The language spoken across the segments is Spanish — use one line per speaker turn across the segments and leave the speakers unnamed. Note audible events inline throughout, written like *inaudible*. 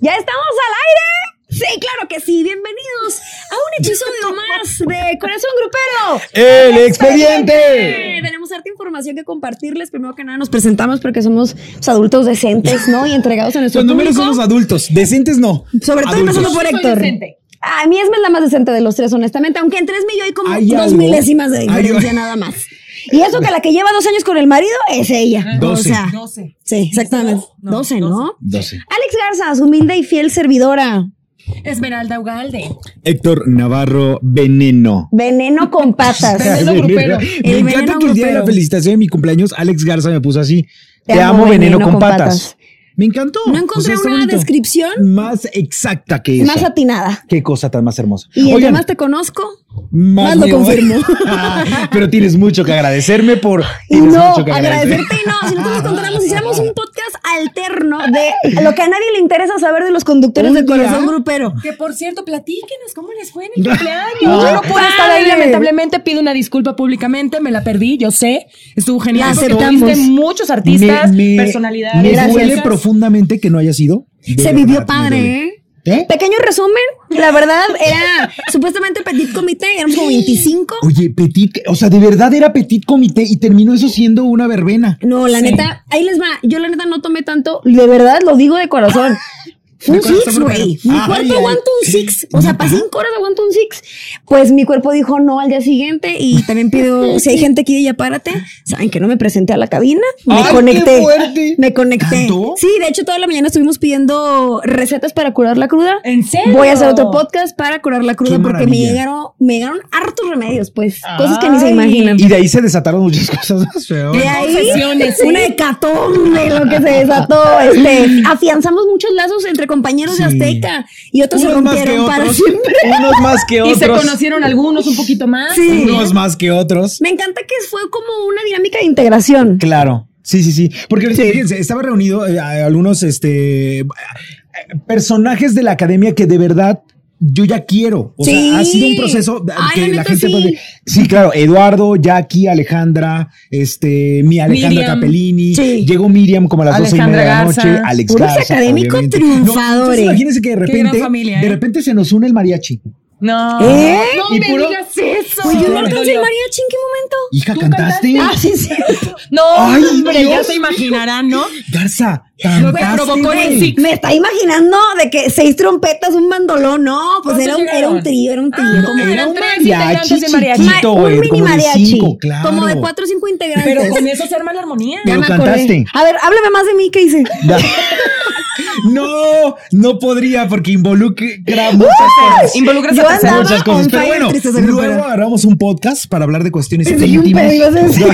¿Ya estamos al aire? Sí, claro que sí. Bienvenidos a un
*laughs*
episodio más de Corazón Grupero.
¡El expediente!
Eh, Tenemos harta información que compartirles. Primero que nada, nos presentamos porque somos pues, adultos decentes, ¿no? Y entregados a nuestro
Los números
público.
somos adultos, decentes no.
Sobre todo
Adultos.
empezando por
Soy
Héctor. Ah,
decente.
A mí Esma es la más decente de los tres, honestamente, aunque en tres millones hay como
Hay
dos
algo.
milésimas de
Hay
diferencia
algo.
nada más. Y eso que la que lleva dos años con el marido es ella.
Doce.
O sea,
12.
sí, exactamente. Doce, ¿no?
12.
Alex Garza, su humilde y fiel servidora.
Esmeralda Ugalde.
Héctor Navarro *laughs* Veneno.
Veneno con patas.
Veneno. grupero.
Me
El
encanta
veneno
que el día de la
grupero.
felicitación de mi cumpleaños, Alex Garza me puso así. Te, amo, veneno, con, patas. Me encantó.
No encontré
O sea, está
una
bonito.
descripción
más exacta que esa.
más atinada.
Qué cosa tan más hermosa.
Y el
Oigan,
además te conozco. más
más
lo
me voy.
confirmo.
*laughs* Pero tienes mucho que agradecerme por.
Y
tienes
no,
mucho que agradecer.
agradecerte y no. Si *laughs* nosotros contáramos, hiciéramos un podcast alterno
*laughs*
de lo que a nadie le interesa saber de los conductores
Un
de
día.
corazón grupero.
Que por cierto, platíquenos cómo les fue en el cumpleaños.
Ay,
Yo no pude estar ahí,
padre.
lamentablemente. Pido una disculpa públicamente. Me la perdí, yo sé. Estuvo genial.
La
porque
aceptamos.
tuviste muchos artistas,
Me- me-
personalidades.
Me
Gracias.
duele
músicas.
profundamente que no haya sido.
Se
De verdad,
vivió
me
padre,
duele.
¿eh?
¿Eh?
Pequeño resumen, la verdad *laughs* era supuestamente petit comité, éramos como 25.
Oye, Petit, o sea, de verdad era Petit Comité y terminó eso siendo una verbena.
No, la
Sí.
neta, ahí les va. Yo la neta no tomé tanto, de verdad lo digo de corazón.
*laughs* De
Un
corazón,
six,
pero-
güey. Mi
Ay,
cuerpo
ay.
aguanta un six. O sea, para cinco horas aguanta un six. Pues mi cuerpo dijo no al día siguiente y también
*laughs*
pidió, si hay gente aquí de ya párate, saben que no me presenté a la cabina, me
Ay, qué
conecté.
fuerte.
Me conecté.
¿Tanto?
Sí, de hecho toda la mañana estuvimos pidiendo recetas para curar la cruda.
¿En serio?
Voy a hacer otro podcast para curar la cruda
Qué
porque me
maravilla.
llegaron, me llegaron hartos remedios, pues, cosas que ni se
Ay.
imaginan.
Y de ahí se desataron muchas *laughs* cosas más feas.
De ahí,
Confesiones, ¿eh?
una hecatombe lo que se desató. Este, afianzamos muchos lazos entre compañeros de
Sí.
Azteca y otros se rompieron para siempre.
Unos más
*laughs*
que
Y
otros.
se conocieron algunos un poquito más.
Sí.
Unos más que otros.
Me encanta que fue como una dinámica de integración.
Claro. Sí, sí, sí. Porque ahorita, fíjense, estaba reunido eh, a- algunos este, eh, personajes de la academia que de verdad yo ya quiero. O
Sí.
sea, ha sido un proceso eh,
Ay,
que
la
la
neta,
gente
sí.
puede- Sí, claro, Eduardo, Jackie, Alejandra, este, mi Alejandra
Miriam.
Capellini.
Sí.
Llegó Miriam como a las doce y media
Alejandra
de la
Garza.
noche. Alex
Puros
Garza,
académicos
obviamente.
triunfadores.
entonces imagínense que de
gran
repente,
familia, ¿eh?
de repente se nos une el mariachi.
No.
¿Eh?
No
Y
me
puro-
digas eso.
Oye, yo no
Me
alcancé el
dolió.
mariachi, ¿en qué momento?
Hija,
¿Tú
¿cantaste?
Ah, sí, sí.
No,
Ay,
hombre, ya
Dios
se imaginarán, ¿no?
Garza, cantaste.
provocó el
güey.
sí.
Me está imaginando de que seis trompetas, un bandolón. No, pues
¿Cuántos
era un, era
llegaron?
un trío, era un trío.
Ah,
como,
eran
Era un
tres
mariachi
integrantes de mariachi.
Ma-
chiquito, güey,
un mini
como de
mariachi.
cinco, claro.
Como de cuatro o cinco integrantes.
Pero con eso se arma la armonía.
Ya me
Acordé.
cantaste.
A ver, háblame más de mí, ¿qué hice?
Da- *laughs* No, no podría porque involucra muchas cosas.
Involucras
Yo
a terceros.
andaba
Muchas cosas.
on
Pero
fire,
bueno,
tristeza
luego
grupera.
agarramos un podcast para hablar de cuestiones
Pensé que un pedo
íntimas. *laughs*
ibas a decir.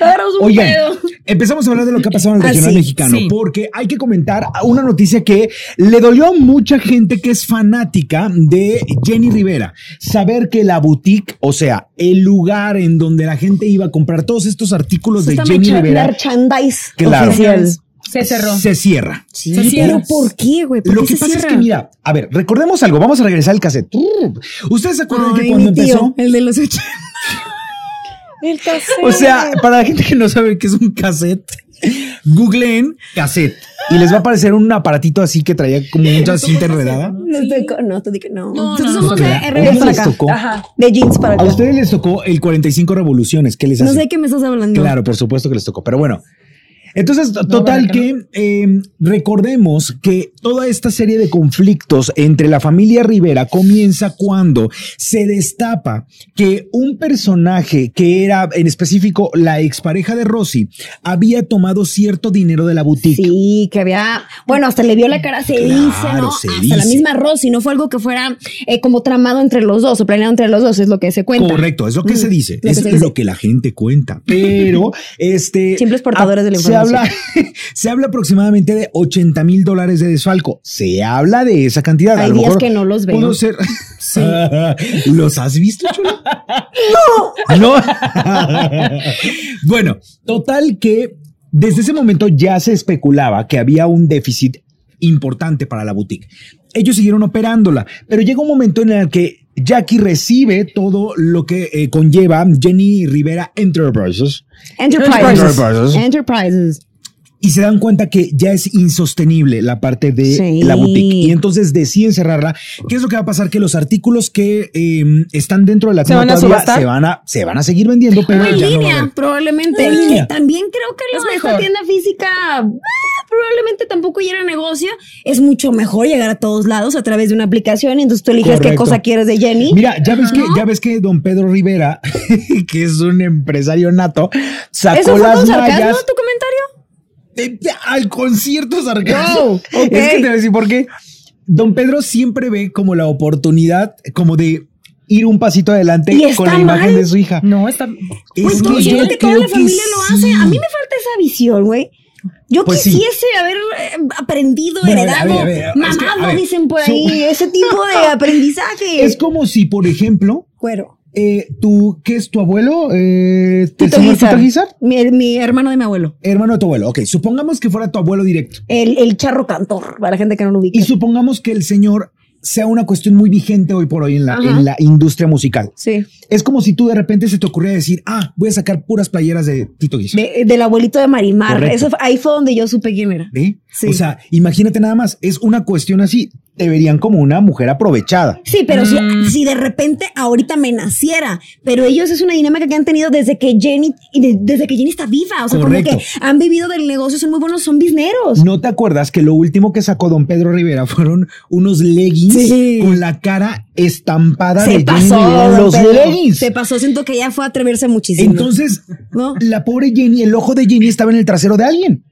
Agarramos un
Oigan,
pedo.
empezamos a hablar de lo que ha pasado
*laughs*
en el
Ah,
regional
sí,
mexicano,
sí.
porque hay que comentar una noticia que le dolió a mucha gente que es fanática de Jenny Rivera. Saber que la boutique, o sea, el lugar en donde la gente iba a comprar todos estos artículos de
Está
Jenny
mercha-
Rivera,
merchandise
Claro.
oficial.
Se cerró.
se cierra.
Se
Sí,
cierra.
pero ¿por qué, güey? ¿Por
Lo
qué
que
se
pasa es
cierra?
que, mira, a ver, recordemos algo, vamos a regresar al cassette. ¿Ustedes se acuerdan que
Ay,
cuando
mi tío,
empezó?
el de los *laughs* ocho. El cassette.
O sea, para la gente que no sabe qué es un cassette, googleen cassette y les va a aparecer un aparatito así que traía como una cinta enredada.
no, te co- no, tú di que no.
No,
Nosotros
no,
somos
no.
de
Oigan,
RBD para
les
acá.
tocó.
Ajá.
De jeans para
A
acá.
ustedes les tocó el 45 revoluciones, ¿qué les
No
hace?
sé de qué me estás hablando.
Claro, por supuesto que les tocó, pero bueno. Entonces, t- total
vale,
que eh, recordemos que toda esta serie de conflictos entre la familia Rivera comienza cuando se destapa que un personaje que era en específico la expareja de Rosy había tomado cierto dinero de la boutique.
Sí, que había, bueno, hasta le vio la cara, se
Claro,
dice, ¿no?
se
hasta
dice.
la misma Rosy, no fue algo que fuera eh, como tramado entre los dos o planeado entre los dos, es lo que se cuenta.
Correcto, es lo que
Mm,
se dice,
lo
es
que se dice.
lo que la gente cuenta.
*laughs*
Pero, este.
Simples portadores
ah,
de la
se
información.
habla, *laughs* se habla aproximadamente de 80 mil dólares de desfalco. Se habla de esa cantidad.
Hay
A lo
días
mejor
que no los veo. *laughs*
pudo ser- *laughs* ¿Los has visto, Chula? *laughs* No. bueno, total que desde ese momento ya se especulaba que había un déficit importante para la boutique. Ellos siguieron operándola, pero llega un momento en el que Jackie recibe todo lo que eh, conlleva Jenny Rivera Enterprises
Enterprises.
Enterprises.
Enterprises.
y se dan cuenta que ya es insostenible la parte de
Sí.
la boutique. Y entonces deciden cerrarla. ¿Qué es lo que va a pasar? Que los artículos que eh, están dentro de la
¿Se
tienda
van a
todavía
subastar?
se van a, se van a seguir vendiendo, pero
O en
Ah, ya no va a
línea,
haber.
probablemente.
En
Que
línea.
también creo que
Es
lo de esta
mejor.
tienda física ah, probablemente tampoco ya era negocio. Es mucho mejor llegar a todos lados a través de una aplicación y entonces tú eliges qué
Correcto.
cosa quieres de Jenny.
Mira, ya ves que, ya ves que don Pedro Rivera, *laughs* que es un empresario nato,
¿Eso
sacó
fue con
las
sarcasmo
mallas
tu comentario?
de- de- al concierto sarcasmo.
No, ok.
*laughs* Es que te voy a decir por qué. Don Pedro siempre ve como la oportunidad, como de ir un pasito adelante
¿Y
con
está
la imagen
mal?
de su hija.
No, está.
Pues
Es
todo,
que yo
siento que toda la
creo que
familia lo hace.
sí.
A mí me falta esa visión, güey. Yo
Pues sí.
quisiese haber eh, aprendido,
Bueno, a ver,
heredado,
a ver, a ver, es que, a
mamado,
ver,
dicen por
su-
ahí, ese tipo
*laughs*
de aprendizaje.
Es como si, por ejemplo,
cuero.
eh, tú, ¿qué es tu abuelo? Eh, ¿te-
Tito
señor
Guizar.
Tito Guizar?
Mi, mi hermano de mi abuelo.
Hermano de tu abuelo. Ok, supongamos que fuera tu abuelo directo.
El, el charro cantor, para la gente que no lo ubica.
Y supongamos que el señor sea una cuestión muy vigente hoy por hoy en la,
Ajá.
en la industria musical.
Sí.
Es como si tú de repente se te ocurriera decir, ah, voy a sacar puras playeras de Tito Guizar.
De- del abuelito de Marimar.
Correcto.
Eso, fue- ahí fue donde yo supe quién era.
¿Ve?
Sí.
O sea, imagínate nada más, es una cuestión así. Te verían como una mujer aprovechada.
Sí, pero si, si de repente ahorita me naciera, pero ellos es una dinámica que han tenido desde que Jenny, y de- desde que Jenny está viva, o sea,
Correcto.
como que han vivido del negocio, son muy buenos, son bisneros.
¿No te acuerdas que lo último que sacó don Pedro Rivera fueron unos leggings
Sí.
con la cara estampada de
se
Jenny
pasó,
Rivera en
don
los
Pedro.
leggings?
se pasó, siento que ya fue a atreverse muchísimo.
Entonces,
¿No?
la pobre Jenny, el ojo de Jenny estaba en el trasero de alguien.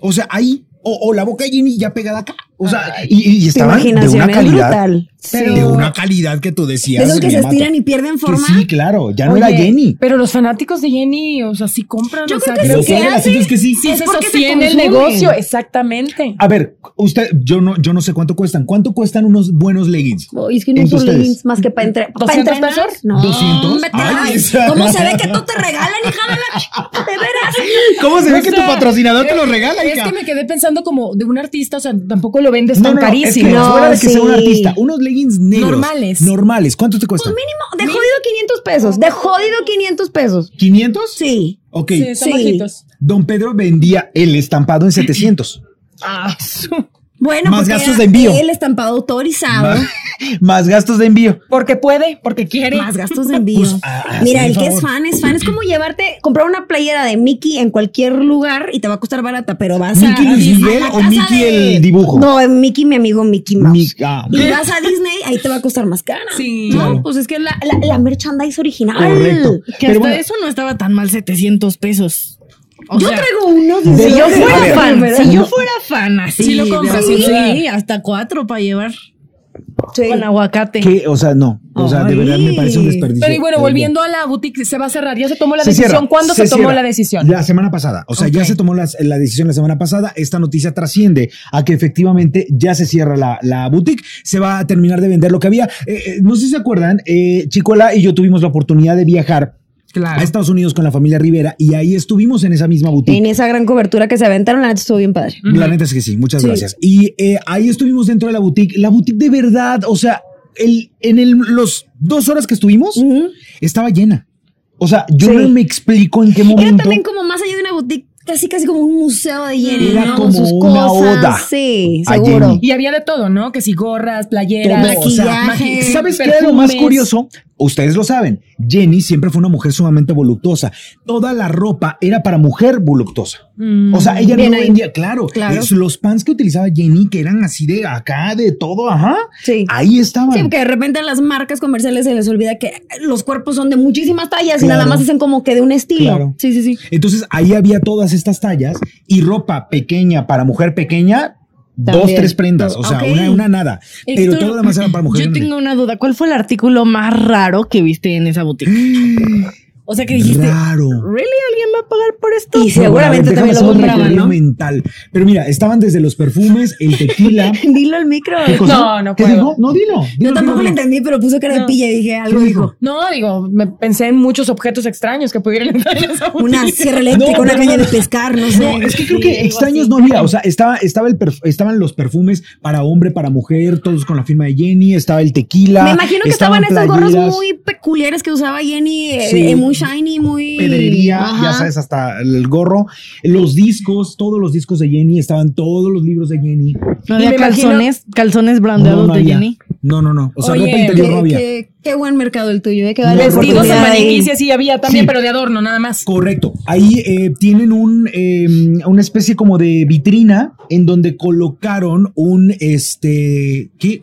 O sea, ahí, o, o la boca de Jenny ya pegada acá. O sea, y, y
Tu
estaban de
imaginación
una
es
calidad.
brutal.
pero
Sí.
de una calidad que tú
De
decías.
esos que
me
se
mata.
estiran y pierden
Que
forma.
sí, claro, ya Ah, no era
Oye,
Jenny.
Pero los fanáticos de Jenny, o sea, sí compran.
Yo
o
creo
sea,
que
lo
lo que
que
¿eh?
la
hace
gente es que sí.
Sí,
es
se
porque se
sostiene el
consumen.
negocio, exactamente.
A ver, usted, yo no, yo no sé cuánto cuestan. ¿Cuánto cuestan unos buenos leggings?
Oh, es que no
Entre
uso
ustedes.
leggings más que para entre, pa'
200
entrenar.
pesos?
No,
200.
hombre, te
Ay,
la-
*laughs* esa-
¿Cómo se ve que tú te regalan, hija de la ch- De
*laughs*
veras.
¿Cómo se ve
O
que tu
sea,
patrocinador te lo
eh,
regala,
Es
hija?
que me quedé pensando como de un artista, o sea, tampoco lo vendes
No,
tan
no, no, es que
carísimo.
No,
fuera de que sea un
sí.
artista, unos leggings negros.
Normales.
Normales. ¿Cuánto te cuestan?
Mínimo, de jodido 500 pesos. De jodido 500 pesos.
¿500?
Sí.
Ok.
Sí, están
Sí.
bajitos.
Don Pedro vendía el estampado en 700.
*laughs* Ah, su-
Bueno,
Más
porque
gastos
era
de envío.
El estampado
Ah.
autorizado.
más, más gastos de envío.
Porque puede, porque quiere.
Más gastos de envío.
Pues, ah, hazme
Mira,
el
el que es
favor.
fan es fan. Es como llevarte, comprar una playera de Mickey en cualquier lugar y te va a costar barata, pero vas a.
¿Mickey Luis
a la
Miguel o
casa
Mickey
de-
el dibujo?
No, eh, Mickey, mi amigo Mickey Mouse.
Mi- ah,
Y vas a Disney, ahí te va a costar más cara.
Sí.
No,
Claro.
pues es que la, la, la merchandise original.
Correcto.
Que
Pero
hasta
bueno.
eso no estaba tan mal 700 pesos. O
Yo
sea,
traigo unos.
De-
si yo
A
fuera
ver.
fan, si yo fuera fan así.
Sí lo compras,
sí,
sin duda.
sí, hasta cuatro para llevar
Sí.
con aguacate.
¿Qué? O sea, no. O sea, de verdad me parece un
Ay.
desperdicio.
Pero y bueno,
Eh,
volviendo a la boutique, se va a cerrar. Ya se tomó la
Se
decisión.
cierra,
¿Cuándo se, tomó
cierra.
la decisión?
La semana pasada. O sea, ya
Ok.
se tomó las- la, decisión la semana pasada. Esta noticia trasciende a que efectivamente ya se cierra la, la boutique. Se va a terminar de vender lo que había. Eh, eh, no sé si se acuerdan, eh, Chicola y yo tuvimos la oportunidad de viajar
Claro.
a Estados Unidos con la familia Rivera y ahí estuvimos en esa misma boutique.
En esa gran cobertura que se aventaron, la neta estuvo bien padre.
La neta es que sí, muchas
Sí.
gracias. Y eh, ahí estuvimos dentro de la boutique. La boutique de verdad, o sea, el, en el, los dos horas que estuvimos,
Mm.
Ujú.
estaba llena. O sea, yo
Sí.
no me explico en qué
Era
momento.
también como más allá de una boutique, casi casi como un museo de Jenny.
Era
¿no?
como
Con sus
una
cosas.
oda
Sí,
a
seguro.
Jenny.
Y había de todo, ¿no? Que si gorras, playeras,
Todo, o sea,
maqui-
¿Sabes qué era lo más
perfumes.
curioso? Ustedes lo saben. Jenny siempre fue una mujer sumamente voluptuosa. Toda la ropa era para mujer voluptuosa.
mm.
O sea, ella
Mm, Bien
no
ahí.
vendía, claro.
Claro.
es los pants que utilizaba Jenny, que eran así de acá, de todo, ajá.
Sí.
Ahí estaban.
Sí, porque de repente a las marcas comerciales se les olvida que los cuerpos son de muchísimas tallas y nada
Claro.
más hacen como que de un estilo.
Claro.
Sí, sí, sí.
Entonces ahí había todas estas tallas y ropa pequeña para mujer pequeña, dos,
También.
tres prendas. O sea,
Ok.
una, una nada. Pero
Héctor,
todo lo demás era para mujer.
Yo
grande.
tengo una duda. ¿Cuál fue el artículo más raro que viste en esa boutique? O sea, que dijiste,
Raro.
¿really alguien va a pagar por esto?
Y seguramente
Bueno, a ver, déjame
también
hacer
lo
un
compraban,
recorrido
¿no?
mental. Pero mira, estaban desde los perfumes, el
*laughs*
tequila.
*laughs* Dilo al micro.
¿Qué cosa?
No, no
¿Qué
puedo.
dijo? No, dilo. dilo,
Yo tampoco lo
dilo, dilo.
entendí, pero puso cara de
No.
pilla y dije algo
¿Qué
dijo.
No, digo, me pensé en muchos objetos extraños que pudieran *laughs* entrar en esa boutique.
Una sierra eléctrica,
No,
una
pero
caña
no,
de pescar, no sé.
No, es que creo que extraños no había. O sea, estaba, estaba el perf- estaban los perfumes para hombre, para mujer, todos con la firma de Jenny, estaba el tequila.
Me imagino que
estaban
estaban estos gorros
playeras,
muy peculiares que usaba Jenny, eh,
Sí.
eh, muy shiny, muy.
Pedrería,
Ajá.
ya sabes, hasta el el gorro, los discos, todos los discos de Jenny, estaban todos los libros de Jenny.
No
Y me
había
imagino-
calzones, calzones brandeados
no
de
había.
Jenny.
No, no, no. O sea,
Oye,
ropa
Qué,
interior no había.
qué- qué buen mercado el tuyo, ¿eh? Qué vale la
Vestidos en
oportunidad ahí.
maniquí, sí, así había también,
Sí.
pero de adorno, nada más.
Correcto. Ahí eh, tienen un, eh, una especie como de vitrina en donde colocaron un, este, ¿qué?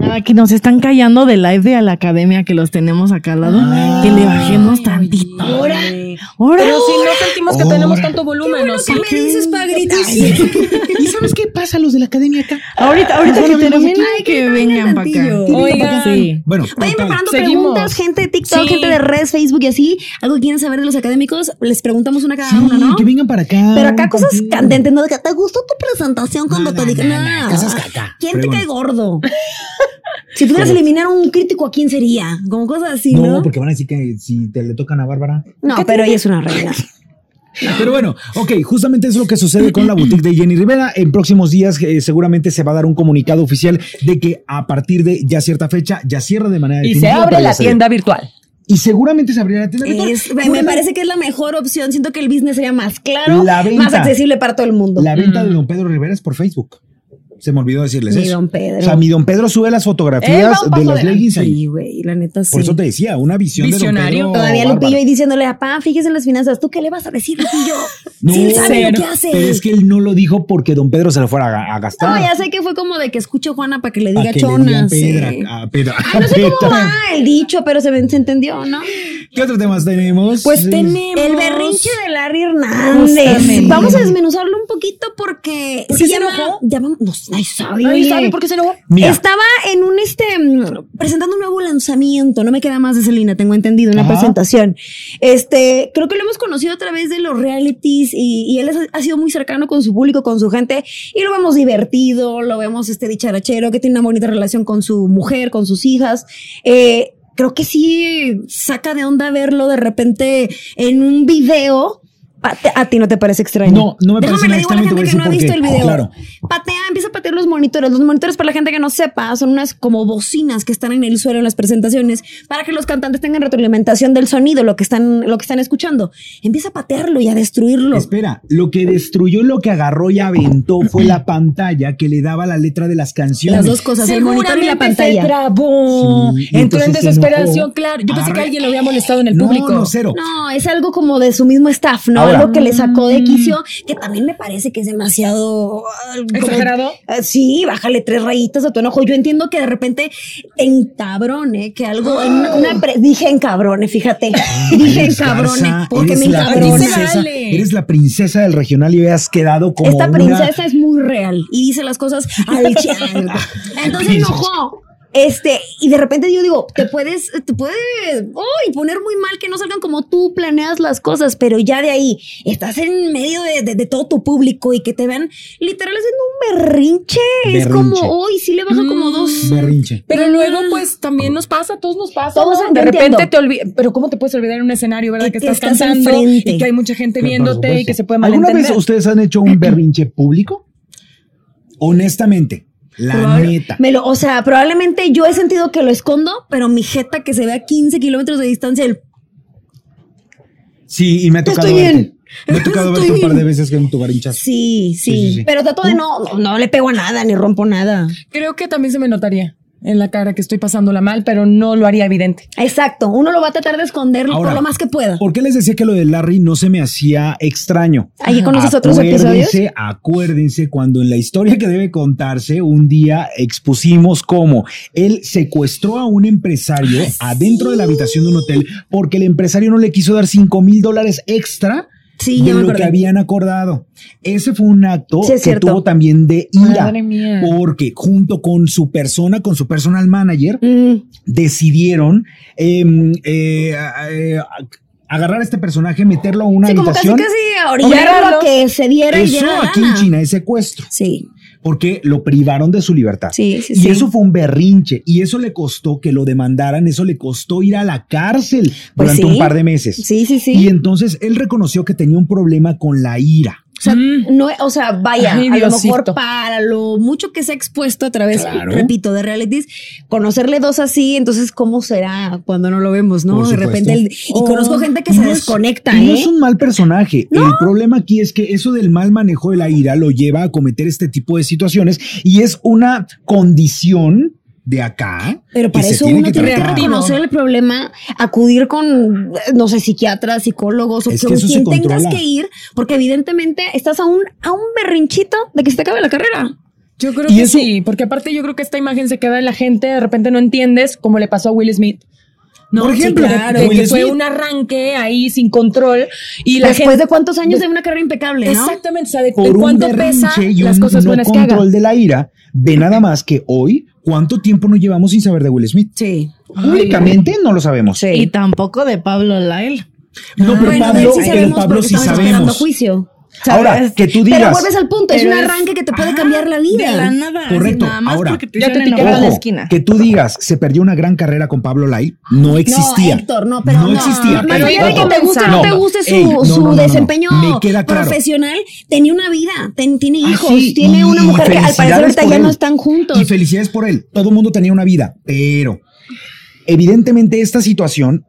Ah, que nos están callando de live de la academia que los tenemos acá al lado.
Ah.
que le bajemos tantito.
Ahora.
Ahora.
Pero si no sentimos que
Ahora.
tenemos tanto volumen, ¿o sí?
¿Qué me dices, Pagrita? Ay, *laughs*
¿Y sabes qué pasa los de la academia acá?
Ahorita, ahorita que terminen,
Ay, que
que
vengan
vengan para acá.
tantillo.
Oigan.
Sí.
Bueno,
Vayan
total.
preparando
Seguimos.
preguntas, gente de TikTok,
Sí.
gente de redes, Facebook y así. Algo que quieren saber de los académicos, les preguntamos una cada
Sí,
uno, ¿no?
que vengan para acá.
Pero acá cosas
Contigo.
candentes, ¿no? De que te gustó tu presentación cuando
No,
te
no,
dije.
no,
"Nah,
no, cosas caca".
¿Quién te
Fregón.
cae
*laughs*
gordo? si pudieras eliminar a un crítico, ¿a quién sería? Como cosas así,
No,
¿no? No,
porque van a decir que si te le tocan a Bárbara.
pero ella es una
*laughs*
reina.
Pero bueno, ok, justamente es lo que sucede con la boutique de Jenny Rivera. En próximos días eh, seguramente se va a dar un comunicado oficial de que a partir de ya cierta fecha ya cierra de manera
Y se
definitiva,
abre
pero ya
la
se abre.
tienda virtual.
Y seguramente se abrirá la tienda. virtual.
Es- me
Una-
parece que es la mejor opción. Siento que el business sería más claro,
La venta.
más accesible para todo el mundo.
La venta de Don Pedro Rivera es por Facebook. Se me olvidó decirles
Mi
eso.
Don Pedro.
O sea, mi Don Pedro sube las
Él va
fotografías
un
de
paso
las
adelante.
leggings ahí.
sí, güey, la neta sí.
Por eso te decía, una visión de
Visionario.
Don Pedro.
Todavía
bárbara.
Lupillo y diciéndole, papá, fíjese en las finanzas, ¿tú qué le vas a decir, Lupillo?
No,
si él sabe lo que
cero.
hace.
Pero es que él no lo dijo porque Don Pedro se lo fuera a ga- a, gastar.
No, ya sé que fue como de que escucho a Juana para que le
A
diga
que le digan
chona. sí.
Pedra, a Pedra,
Ay, no sé
a *laughs*
cómo
Pedra.
va el dicho, pero se, se entendió, ¿no?
¿Qué otros temas tenemos?
Pues
Sí.
tenemos.
El berrinche de Larry Hernández.
Justamente.
Vamos a desmenuzarlo un poquito porque
¿Por
sí
qué se
llama-
enojó?
llama- no, ay, sabe,
Ay,
oye.
¿sabe por qué se enojó?
Mira,
Estaba en un este mm, presentando un nuevo lanzamiento, no me queda más de Selena, tengo entendido, una
Ajá.
presentación. Este, creo que lo hemos conocido a través de los realities y, y él es- ha sido muy cercano con su público, con su gente y lo vemos divertido, lo vemos este dicharachero que tiene una bonita relación con su mujer, con sus hijas. Eh, creo que sí saca de onda verlo de repente en un video. Pa- te- A ti no te parece extraño.
No, no me
Déjame
parece
le digo a la
extraño,
gente
te
que
voy
no
a
ha
decir
visto el
por qué.
video.
Claro.
Patea, empieza a patear los monitores. Los monitores, para la gente que no sepa, son unas como bocinas que están en el suelo en las presentaciones para que los cantantes tengan retroalimentación del sonido, lo que están, lo que están escuchando. Empieza a patearlo y a destruirlo.
Espera, lo que destruyó, lo que agarró y aventó fue la pantalla que le daba la letra de las canciones.
Las dos cosas, el monitor y la
Se
pantalla.
trabó.
Sí,
Oh, Entró en
entonces se
desesperación,
enojó.
claro. Yo pensé
Agarra-
que alguien lo había molestado en el
no,
público.
No, cero.
No, es algo como de su mismo staff, ¿no?
Ahora. mm.
algo que le sacó de quicio, que también me parece que es demasiado... ah, como-
¿Exagerado?
Ah, Sí, bájale tres rayitas a tu enojo. Yo entiendo que de repente encabrone, que algo... en una- una pre- dije encabrone, fíjate.
Ah,
dije
Eres
encabrone,
Garza,
porque me
eres la
encabrona.
princesa,
Vale.
Eres la princesa del regional y has quedado como
Esta
una-
princesa es muy real y dice las cosas
*laughs*
al chile. Entonces enojó. Este, y de repente yo digo, te puedes, te puedes, uy, poner muy mal que no salgan como tú planeas las cosas, pero ya de ahí estás en medio de, de- de todo tu público y que te vean literal haciendo un berrinche. Es
Berrinche.
como, uy, sí le baja como dos.
berrinche.
Pero luego, pues, también nos pasa, a todos nos pasa.
Mm. Todos,
¿no?
yo
de repente
entiendo.
te olvidas. Pero ¿cómo te puedes olvidar en un escenario, verdad?
Y
Que
que
estás,
estás
cantando
enfrente.
y que hay mucha gente
Por
viéndote
supuesto.
y que se puede
¿Alguna
malentender.
vez ustedes han hecho un berrinche público? Honestamente, la
Probable-
neta.
me lo- o sea, probablemente yo he sentido que lo escondo, pero mi jeta que se ve a 15 kilómetros de distancia, el
Sí, y me ha tocado
Estoy
verte.
bien.
Me ha
*laughs*
tocado
Estoy
verte un par de
bien.
veces que en tu berrinchazo.
Sí, sí,
Sí, Uh. sí, sí.
Pero trato de no, no, no le pego a nada, ni rompo nada.
Creo que también se me notaría en la cara que estoy pasándola mal, pero no lo haría evidente.
Exacto. Uno lo va a tratar de esconder por lo más que pueda.
¿Por qué les decía que lo de Larry no se me hacía extraño?
Ahí conoces otros
Acuérdense,
episodios.
Acuérdense cuando en la historia que debe contarse, un día expusimos cómo él secuestró a un empresario adentro de la habitación de un hotel porque el empresario no le quiso dar 5 mil dólares extra.
Sí,
de
ya me
lo que
acordé.
habían acordado. Ese fue un acto
Sí, es
que
cierto.
tuvo también de ira.
Madre mía.
Porque junto con su persona, con su personal manager,
Mm,
decidieron em, eh, a- eh, a- agarrar a este personaje, meterlo a una
Sí, como casi
habitación.
casi a orillarlo a que se diera y
eso
diera la
aquí en
lana.
China es secuestro,
Sí,
porque lo privaron de su libertad.
sí, sí.
y
sí.
eso fue un berrinche, y eso le costó que lo demandaran, eso le costó ir a la cárcel
Pues
durante
sí.
un par de meses.
sí, sí, sí.
Y entonces él reconoció que tenía un problema con la ira.
O sea,
Mm.
no, o sea, vaya,
Ay,
a lo mejor
Diosito.
para lo mucho que se ha expuesto a través,
Claro.
repito, de realities, conocerle dos así, entonces, ¿cómo será cuando no lo vemos, no?
Por
De
supuesto.
repente, el- y
Oh,
conozco gente que se desconecta,
y no
¿eh?
es un mal personaje. El problema aquí es que eso del mal manejo de la ira lo lleva a cometer este tipo de situaciones y es una condición de acá.
Pero
que
para
se
eso
tiene
uno
que
tiene que
tratar.
reconocer el problema, acudir con, no sé, psiquiatras, psicólogos o
Es
que-
que eso se
quien tengas
controla.
que ir, porque evidentemente estás a un, a un berrinchito de que se te acabe la carrera.
Yo creo
Y
que
eso-
sí, porque aparte yo creo que esta imagen se queda en la gente, de repente no entiendes, como le pasó a Will Smith. No,
Por
Sí,
ejemplo,
claro,
Will
que fue
Smith.
un arranque ahí sin control y la
Después
gente
de cuántos años de una carrera impecable, ¿no?
Exactamente, o sea, de, de
Por un
cuánto
berrinche
pesa
y
las
un
cosas
no
buenas que haga.
control de la ira, ve nada más que hoy, ¿cuánto tiempo nos llevamos sin saber de Will Smith?
Sí.
Públicamente no lo sabemos.
Y tampoco de Pablo Lyle.
No, pero
Bueno, de él
Pablo,
sí
pero
sabemos
Pablo
porque
sí
estamos esperando
sabemos.
juicio.
Ahora, que tú digas.
Pero vuelves al punto, es
Pero
un arranque que te puede
ajá,
cambiar la vida.
De la nada. así,
Correcto,
Nada más
ahora,
porque te
ya te
hicieron enojar
etiquetaron
en la
Ojo,
esquina.
que tú digas, se perdió una gran carrera con Pablo Lai, no existía.
Héctor, no, pero no.
existía.
Más
Ey,
allá de
ojo.
que te guste o no, te guste su,
Ey, no,
su
no, no, no.
desempeño
Me queda claro.
profesional, tenía una vida, ten- tiene
Ah,
hijos,
sí, y-
tiene una
y
mujer que al parecer
felicidades
ahorita
por
ya
él.
no están juntos.
Y felicidades por él. Todo el mundo tenía una vida, pero evidentemente esta situación,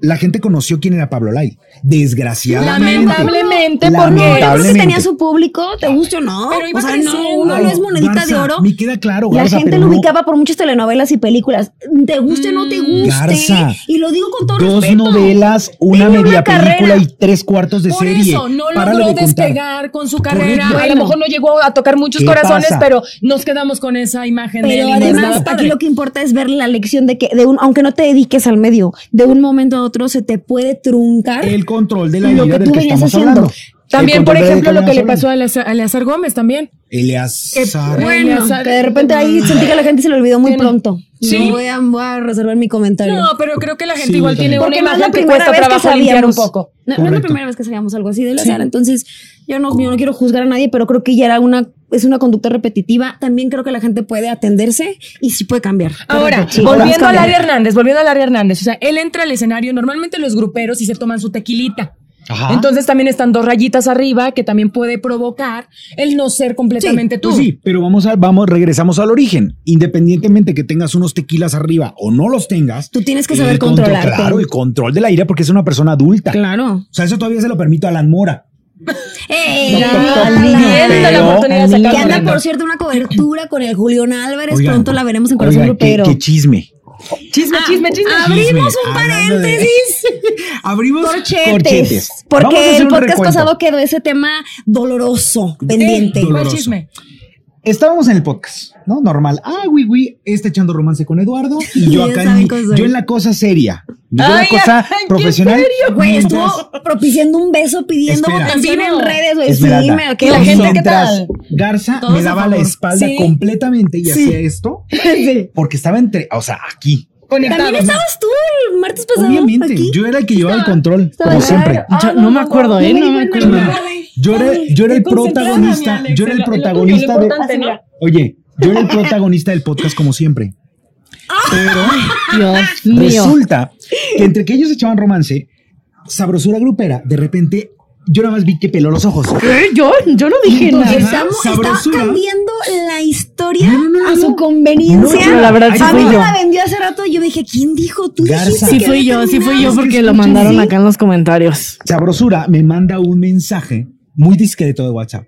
la gente conoció quién era Pablo Lai. Desgraciadamente.
Lamentablemente,
No, yo
porque
creo que
Lamentablemente.
tenía su público, te guste o no.
Pero iba
o sea,
creciendo.
no, uno no es monedita de
Garza,
oro.
Me queda claro,
La
Garza,
gente
pero
lo
no.
ubicaba por muchas telenovelas y películas. Te guste o no te guste.
Garza,
y lo digo con todo
Dos
respeto.
novelas, una
Tiene una
media película
carrera.
y tres cuartos de
por
serie.
eso no
Párale
logró
de contar.
despegar con su carrera.
Correcto.
A lo mejor no llegó a tocar muchos
¿Qué
corazones,
pasa?
pero nos quedamos con esa imagen de él.
Pero
y no es
además,
nada
aquí
padre.
lo que importa es ver la lección de que, de un, aunque no te dediques al medio, de un momento a otro se te puede truncar.
El control de la
Lo
ira
que
del
tú
que
venías
estamos
haciendo.
hablando.
También,
El
por
control del
ejemplo, lo que le
estamos
pasó a Eleazar- a Eleazar Gómez también.
Eleazar.
Que-
bueno,
Eleazar-
que de repente ahí sentí que la gente se lo olvidó muy
Tiene-
pronto.
Sí.
No voy a, voy a reservar mi comentario.
No, pero creo que la gente
Sí,
igual
yo
tiene
porque
también.
una
no es la
imagen que
primera
cuesta
vez que
trabajo limpiar un
sabíamos.
poco.
No, no es la
Correcto.
primera vez que sabíamos algo así de Eleazar. Entonces, yo no, yo no quiero juzgar a nadie, pero creo que ya era una, es una conducta repetitiva. También creo que la gente puede atenderse y sí puede cambiar.
Ahora,
Correcto, sí.
volviendo a
Ahora,
Larry Hernández, volviendo a Larry Hernández, o sea, él entra al escenario, normalmente los gruperos y se toman su tequilita.
Ajá.
Entonces también están dos rayitas arriba que también puede provocar el no ser completamente tú.
Pues sí, pero vamos a, vamos, regresamos al origen. Independientemente que tengas unos tequilas arriba o no los tengas,
Tú tienes que
el
saber
control-
controlarte.
Claro, el control de la ira porque es una persona adulta.
Claro.
O sea, eso todavía se lo permito a Alan Mora.
¡Ey!
Ya,
Alan.
viendo la
Pero-
oportunidad de sacar
Que anda,
corriendo.
por cierto, una cobertura con el Julián Álvarez. Pues
Oigan,
Pronto la veremos en Corazón
oigan, qué-
Grupero.
Qué, chisme.
Chisme,
Ah,
chisme, chisme.
Abrimos
Chisme,
un
hablando de-
paréntesis.
Abrimos
Corchetes.
corchetes. Vamos a
Porque
hacer
el
un
podcast
recuento. Eh,
pasado quedó ese tema doloroso, pendiente.
¿Cuál
doloroso.
chisme?
Estábamos en el podcast, ¿no? Normal. Ah, oui, oui, está echando romance con Eduardo
*laughs*
y yo
Ya
acá
saben
en, mi-
cómo soy.
yo en la cosa seria. Yo en
Ay,
la cosa
ay, ¿en
profesional.
serio?
Güey,
Mientras-
estuvo propiciando un beso, pidiendo
Espera.
también en redes, güey. Sí,
Esmeralda.
me que
la gente, ¿qué
Mientras
tal?
Garza
Todos
me
a
daba la
favor.
espalda
Sí.
completamente y
Sí.
hacía
*laughs*
esto porque estaba entre, o sea, aquí.
Conectados.
También estabas tú el martes
Pues,
pasado.
Obviamente,
aquí.
yo era el que llevaba el control,
Estaba
como
yo.
siempre.
Yo Ah, no me acuerdo, ¿eh? No me acuerdo.
Yo era, yo era el protagonista, yo era el protagonista de Oye, yo era el protagonista del podcast como siempre.
Dios mío.
Resulta que entre que ellos echaban romance, sabrosura grupera, de repente yo nada más vi que peló los ojos.
¿Qué? Eh, Yo, yo no dije
Entonces,
nada.
Estamos, estaba
Sabrosura.
cambiando la historia
No, no, no,
a
no.
su conveniencia.
No, la verdad sí
a mí
fui
me
yo.
la vendió hace rato. Yo dije, ¿quién dijo? Tú
Garza.
dijiste
Sí
que
fui
había
yo, sí fui
terminado.
yo
Es que
porque lo
escuchen,
mandaron
sí.
acá en los comentarios.
Sabrosura me manda un mensaje muy discreto de WhatsApp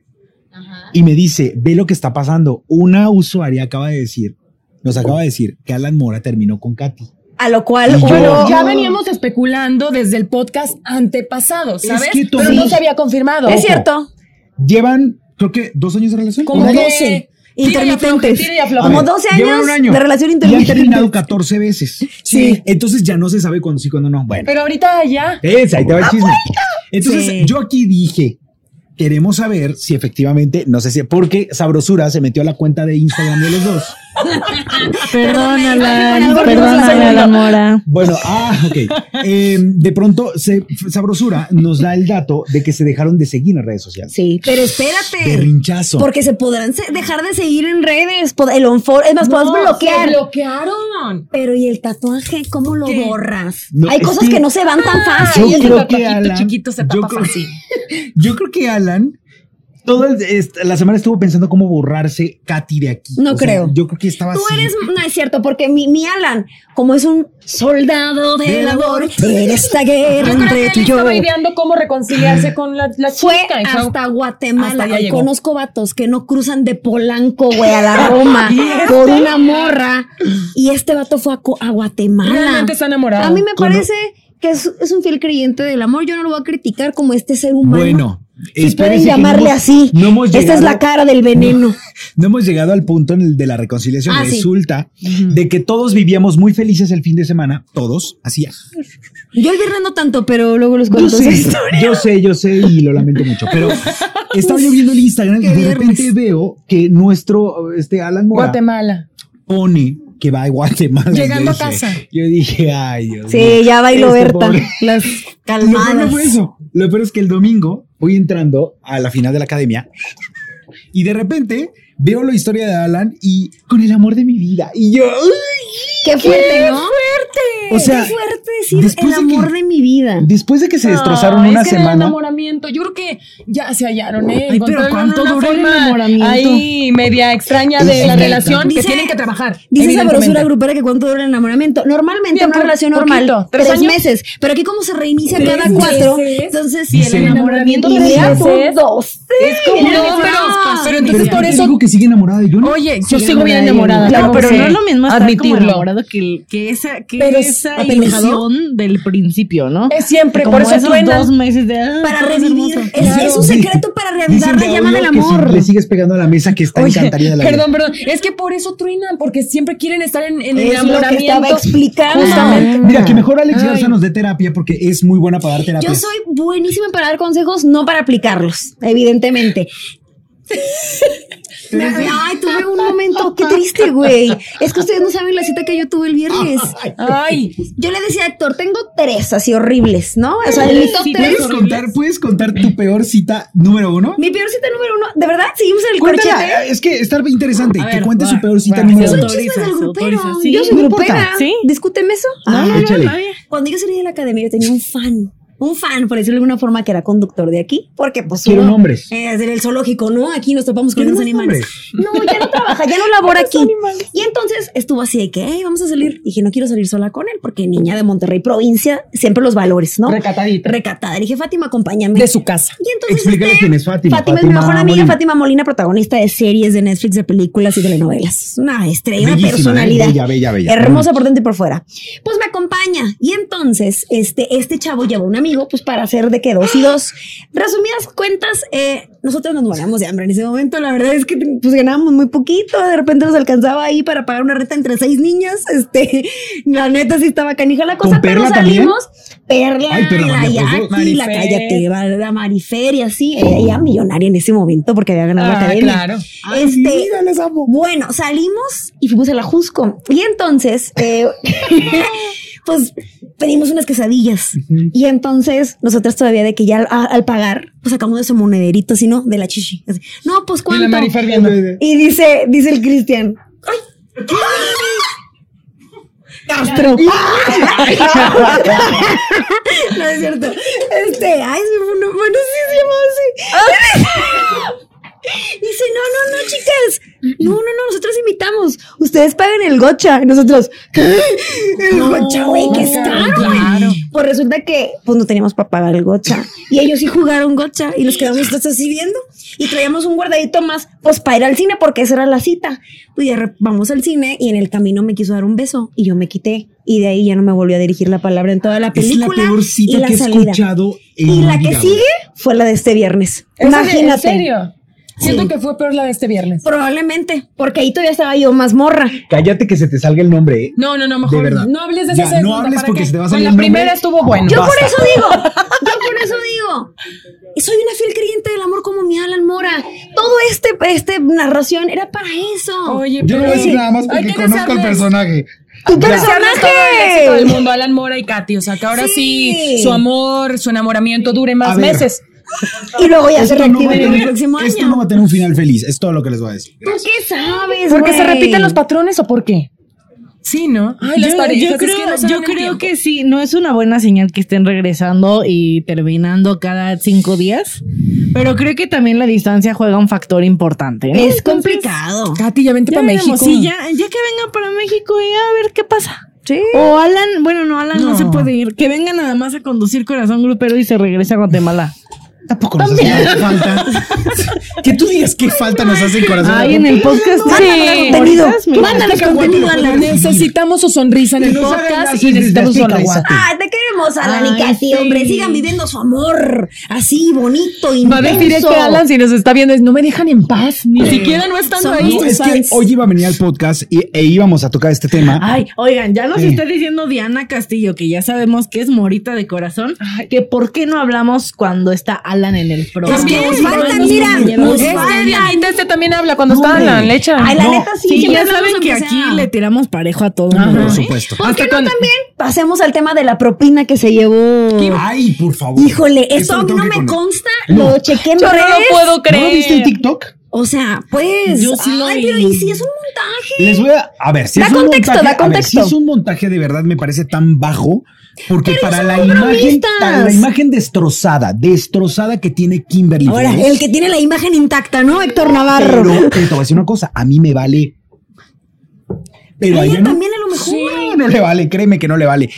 y me dice, ve lo que está pasando. Una usuaria acaba de decir, nos acaba de decir que Alan Mora terminó con Katy.
A lo cual
Y yo-
hubo-
Ya veníamos especulando desde el podcast antepasado, ¿sabes?
que
Pero no
tomé-
se había confirmado.
Es cierto.
Llevan, creo que, dos años de relación.
Como
¿Un año?
12
Tira y afloja,
intermitentes.
tira y afloja.
A
Como
ver,
12
llevan
años
un año
de relación
Y han
intermitente.
terminado 14 veces.
Sí.
Entonces ya no se sabe cuándo sí, cuándo no. Bueno,
Pero ahorita ya.
es, ahí te va el chisme. Entonces
Sí.
yo aquí dije, queremos saber si efectivamente, no sé si, porque Sabrosura se metió a la cuenta de Instagram de los dos.
Ay,
Perdónala,
perdónala,
perdónala,
perdónala.
la mora.
Bueno, ah, ok. Eh, de pronto, se- Sabrosura nos da el dato de que se dejaron de seguir en las redes sociales.
Sí, pero espérate.
Berrinchazo.
Porque se podrán se- dejar de seguir en redes, pod- el onfor, es más, podrás bloquear.
Se bloquearon.
Pero ¿y el tatuaje cómo lo
¿Qué?
borras?
No,
Hay
es
cosas que,
que- Ah,
no se van tan fácil.
yo
el
creo que
tatuajito
Alan-
chiquito
*laughs*
se
yo
tapa
creo-
fácil.
Yo creo que Alan Toda el- est- la semana estuvo pensando cómo borrarse Katy de aquí.
No
sea,
creo.
yo creo que estaba
Tú
así.
eres, no es cierto, porque mi, mi Alan, como es un soldado de
Del
labor,
amor.
en esta guerra
Yo creo que
entre
él
tú y yo.
estaba ideando cómo reconciliarse con la, la
Fue
chica. y fue-
hasta Guatemala.
hasta allá
güey.
llegó.
Conozco vatos que no cruzan de Polanco, güey, a
*laughs*
la Roma
este?
por una morra. Y este vato fue a, Co- a Guatemala.
Realmente está enamorado.
A mí me
Cono-
parece que es, es un fiel creyente del amor. Yo no lo voy a criticar como este ser humano.
Bueno,
Si pueden
espérense que no
llamarle
hemos-
así.
no hemos
Esta es
llegado-
la cara del veneno.
No hemos llegado al punto en el de la reconciliación.
Ah, sí.
Resulta de que todos vivíamos muy felices el fin de semana, todos, así.
Yo el viernes no tanto, pero luego les
Yo
cuento esa
sé,
historia.
yo sé, yo sé y lo lamento mucho,
*laughs*
pero estaba yo viendo el Instagram y
Qué
de repente
viernes.
veo que nuestro este Alan Mora
Guatemala.
pone que va a Guatemala.
Llegando
Yo
a
dije-
casa.
Yo dije, ay, Dios mío.
Sí, ya bailó
Este
Berta.
pobre-
Las
Lo peor no
calmadas.
fue eso. Lo peor es que el domingo voy entrando a la final de la academia y de repente veo la historia de Alan y con el amor de mi vida. Y yo, ¡ay!
Qué fuerte, ¿no?
O sea,
Qué fuerte decir
después
el
de que-
amor de mi vida.
después de que se destrozaron
Ay,
una
es que era el
semana.
enamoramiento. Yo creo que ya se hallaron, ¿eh?
Ay, pero
Encontraron
¿cuánto
una
dura el
forma
enamoramiento?
Ahí, media extraña de
Exacto.
la relación que
Dice-
tienen que trabajar.
Dice esa
evidentemente.
grosura grupera que cuánto dura el enamoramiento. Normalmente
Bien,
una
po-
relación
poquito,
normal,
¿tres
tres,
años?
meses. Pero aquí como se reinicia
Tres
cada cuatro,
meses.
entonces
Y el
sí,
enamoramiento
y
tres
mira,
meses.
son dos.
Es como,
Mira,
no, pero,
ah,
pero
Pero
entonces
¿quién
por
te
eso.
dijo que sigue enamorada de Johnny?
Oye, yo
Sí,
sigo bien enamorada.
Claro,
tengo
pero
que
no es lo mismo estar como
admitirlo.
enamorado que, el- que esa, que
Pero es
esa
apelejado.
ilusión del principio, ¿no?
Es siempre,
Como
por eso
esos
truena.
dos meses de... ah,
Para
todo es
revivir.
hermoso.
Es, es un
Claro.
secreto para reavivar la
Dicen de
llama
audio
del
que si
amor.
le sigues pegando a la mesa que está
Oye,
encantaría de la vida.
perdón, perdón. Es que por eso truinan, porque siempre quieren estar en,
Es
en el
lo que estaba
enamoramiento.
explicando.
Justamente.
Mira, que mejor Alex
Ay.
Garza nos dé terapia porque es muy buena para dar terapia.
Yo soy buenísima para dar consejos, no para aplicarlos, evidentemente. Me- Ay, tuve un momento, qué triste, güey. Es que ustedes no saben la cita que yo tuve el viernes.
Ay,
Yo le decía a Héctor, tengo tres así horribles, ¿no? O sea, en mi top
Sí,
tres.
¿Puedes contar, ¿Puedes contar tu peor cita número uno?
Mi peor cita número uno, ¿de verdad? Seguimos en el
Cuéntala,
corchete.
es que está interesante.
A
que
ver,
cuente
va,
su peor cita
va,
número
se
Son
uno.
autoriza,
chismes del
se
grupero.
autoriza, sí.
Yo soy
No
grupera.
importa.
Sí. Ah.
¿Discúteme eso?
No, no, no,
Échale.
nadie.
Cuando yo salí de la academia, yo tenía un fan. Un fan, por decirlo de alguna forma, que era conductor de aquí. Porque, pues,
Quiero
uno-
nombres.
Eh, del zoológico, ¿no? Aquí nos topamos con
Quiero
unos animales. No, ya no trabaja, ya no labora aquí. Y entonces estuvo así de que, "Ey, vamos a salir. Dije, no quiero salir sola con él, porque niña de Monterrey, provincia, siempre los valores, ¿no?
recatadita.
Recatada. Le dije, Fátima, acompáñame.
De su casa.
Y entonces. este,
Explícale quién es Fátima.
Fátima es mi
Fátima
mejor amiga,
Molina.
Fátima Molina, protagonista de series de Netflix, de películas y telenovelas. Una estrella, una
Bellísima,
personalidad.
¿eh? Bella, bella, bella.
Hermosa por dentro y por fuera. Pues me acompaña. Y entonces, este, este chavo lleva un amigo, pues para hacer de que dos y dos. Resumidas cuentas, eh, nosotros nos moríamos de hambre en ese momento. La verdad es que pues ganábamos muy poquito. De repente nos alcanzaba ahí para pagar una renta entre seis niñas. *laughs* Este, la neta sí estaba canija la cosa,
¿Con
pero
Perla también?
salimos. Perla,
Ay, Perla,
la
María, pues, Oh.
Jackie, la
Marifer.
cállate, va la Mariferia, sí, ella ella millonaria en ese momento porque había ganado la
Ah,
academia.
claro.
Este,
Mira, les amo.
bueno, salimos y fuimos a la Jusco. Y entonces, eh, *laughs* pues pedimos unas quesadillas. Y entonces, nosotros todavía de que ya al, al pagar, pues sacamos de su monederito, sino de la chichi. Así, no, pues
Y
cuánto.
la Marifer viendo.
Y dice, dice el Cristian. ¡ay! Castro. no es cierto. Este, ay, se me fue un- bueno, sí se llamaba así. Dice, no, no, no, chicas. No, no, no, nosotros invitamos. Ustedes pagan el gocha. Y nosotros, ¿qué? El gocha, güey, que es caro, güey. Pues resulta que, pues no teníamos para pagar el gocha. Y ellos sí jugaron gocha y nos quedamos todos así viendo. Y traíamos un guardadito más, pues para ir al cine, porque esa era la cita. Y de rep- vamos al cine y en el camino me quiso dar un beso y yo me quité. Y de ahí ya no me volvió a dirigir la palabra en toda la
Es la
película.
peor
y
cita
la
que he
salida.
escuchado en
Y
mi
la que
vida,
sigue fue la de este viernes.
Esa de-
Imagínate.
En serio. Siento
Sí.
que fue peor la de este viernes.
Probablemente, porque ahí todavía estaba yo más morra.
Cállate que se te salga el nombre. ¿eh?
No, no, no,
De
mejor
verdad.
no hables de
Ya,
esa segunda.
no hables
¿para
porque
qué?
se te va a
Con
salir
la
el nombre.
primera estuvo bueno.
Yo por
Basta.
eso digo, yo por eso digo, soy una fiel creyente del amor como mi Alan Mora. Todo este, este narración era para eso.
Oye,
Yo no voy a
pero-
decir nada más
Hay
porque
que
conozco al
desearles-
personaje.
tu
Ya. Todo el éxito del
personaje.
mundo, Alan Mora y Katy. O sea, que ahora sí,
Sí.
su amor, su enamoramiento dure
A
más
ver.
meses.
Y luego ya se
Esto no, va
reactiva
a
en el
tener-
próximo año.
esto no va a tener un final feliz. Es todo lo que les voy a decir.
¿Tú qué sabes?
Porque se
güey?
repiten los patrones o por qué? Sí, ¿no? Ay, las
yo,
parejas,
yo
es que
creo,
no se
yo
dan el
creo
tiempo.
que sí, no es una buena señal que estén regresando y terminando cada cinco días, pero creo que también la distancia juega un factor importante. ¿no?
Es
Entonces,
complicado.
Katy, ya vente
Ya
para
veremos,
México.
sí, ya, ya que vengan para México y a ver qué pasa.
Sí.
O Alan, bueno, no, Alan no,
No.
se puede ir. Que venga nada más a conducir Corazón Grupero y se regrese a Guatemala.
Tampoco nos hace tanta
*laughs*
falta. que tú digas qué falta nos hace el corazón.
Ay, en el podcast.
Mándale contenido.
Ahorita es mi-
Mándale contenido, Alan.
Necesitamos su sonrisa en el
Que nos hagan las
podcast y necesitamos su
ideas,
alaguate.
Ay, te queremos, Alan y
Ay,
Katy,
sí.
hombre. Sigan viviendo su amor así, bonito,
Va a decir
intenso.
este Alan si nos está viendo, es no me dejan en paz, ni siquiera no estando
Somos
ahí.
No, es que hoy iba a venir al podcast y- e íbamos a tocar este tema.
Ay, oigan, ya nos
Sí.
está diciendo Diana Castillo, que ya sabemos que es morita de corazón, que por qué no hablamos cuando está Alan en el programa.
Es que
Porque
nos
no
faltan,
nos
mira,
compañeros.
nos
Este,
faltan.
ahorita este también habla cuando
No,
está
hombre.
Alan, le echa.
Ay, la
No,
neta sí.
Sí,
siempre
ya
hablamos
saben que
aunque
aquí
sea.
le tiramos parejo a todo
Ajá.
por
mundo.
supuesto.
¿Por
Hasta
qué no
con-
también pasemos al tema de la propina que se llevó?
Ay, por favor.
Híjole,
Esto
eso
lo
no
tengo
me
que poner.
consta.
No.
Lo chequé en
Yo no lo
redes.
puedo
¿No lo
creer.
viste en TikTok?
O sea, pues.
Yo sí lo
ay,
vi.
pero ¿y si es un montaje?
Les voy a. A ver, si
Da
es un
contexto,
montaje.
da
a ver, si
contexto.
es un montaje de verdad me parece tan bajo. Porque
Pero
para
son
la imagen,
bromistas.
para la imagen destrozada, destrozada que tiene Kimberly.
Ahora,
Flores,
el que tiene la imagen intacta, ¿no, Héctor Navarro?
Pero, pero te voy a decir una cosa, a mí me vale. Pero
A
a
ella
ella no,
también a lo mejor.
no, no le vale, créeme que no le vale.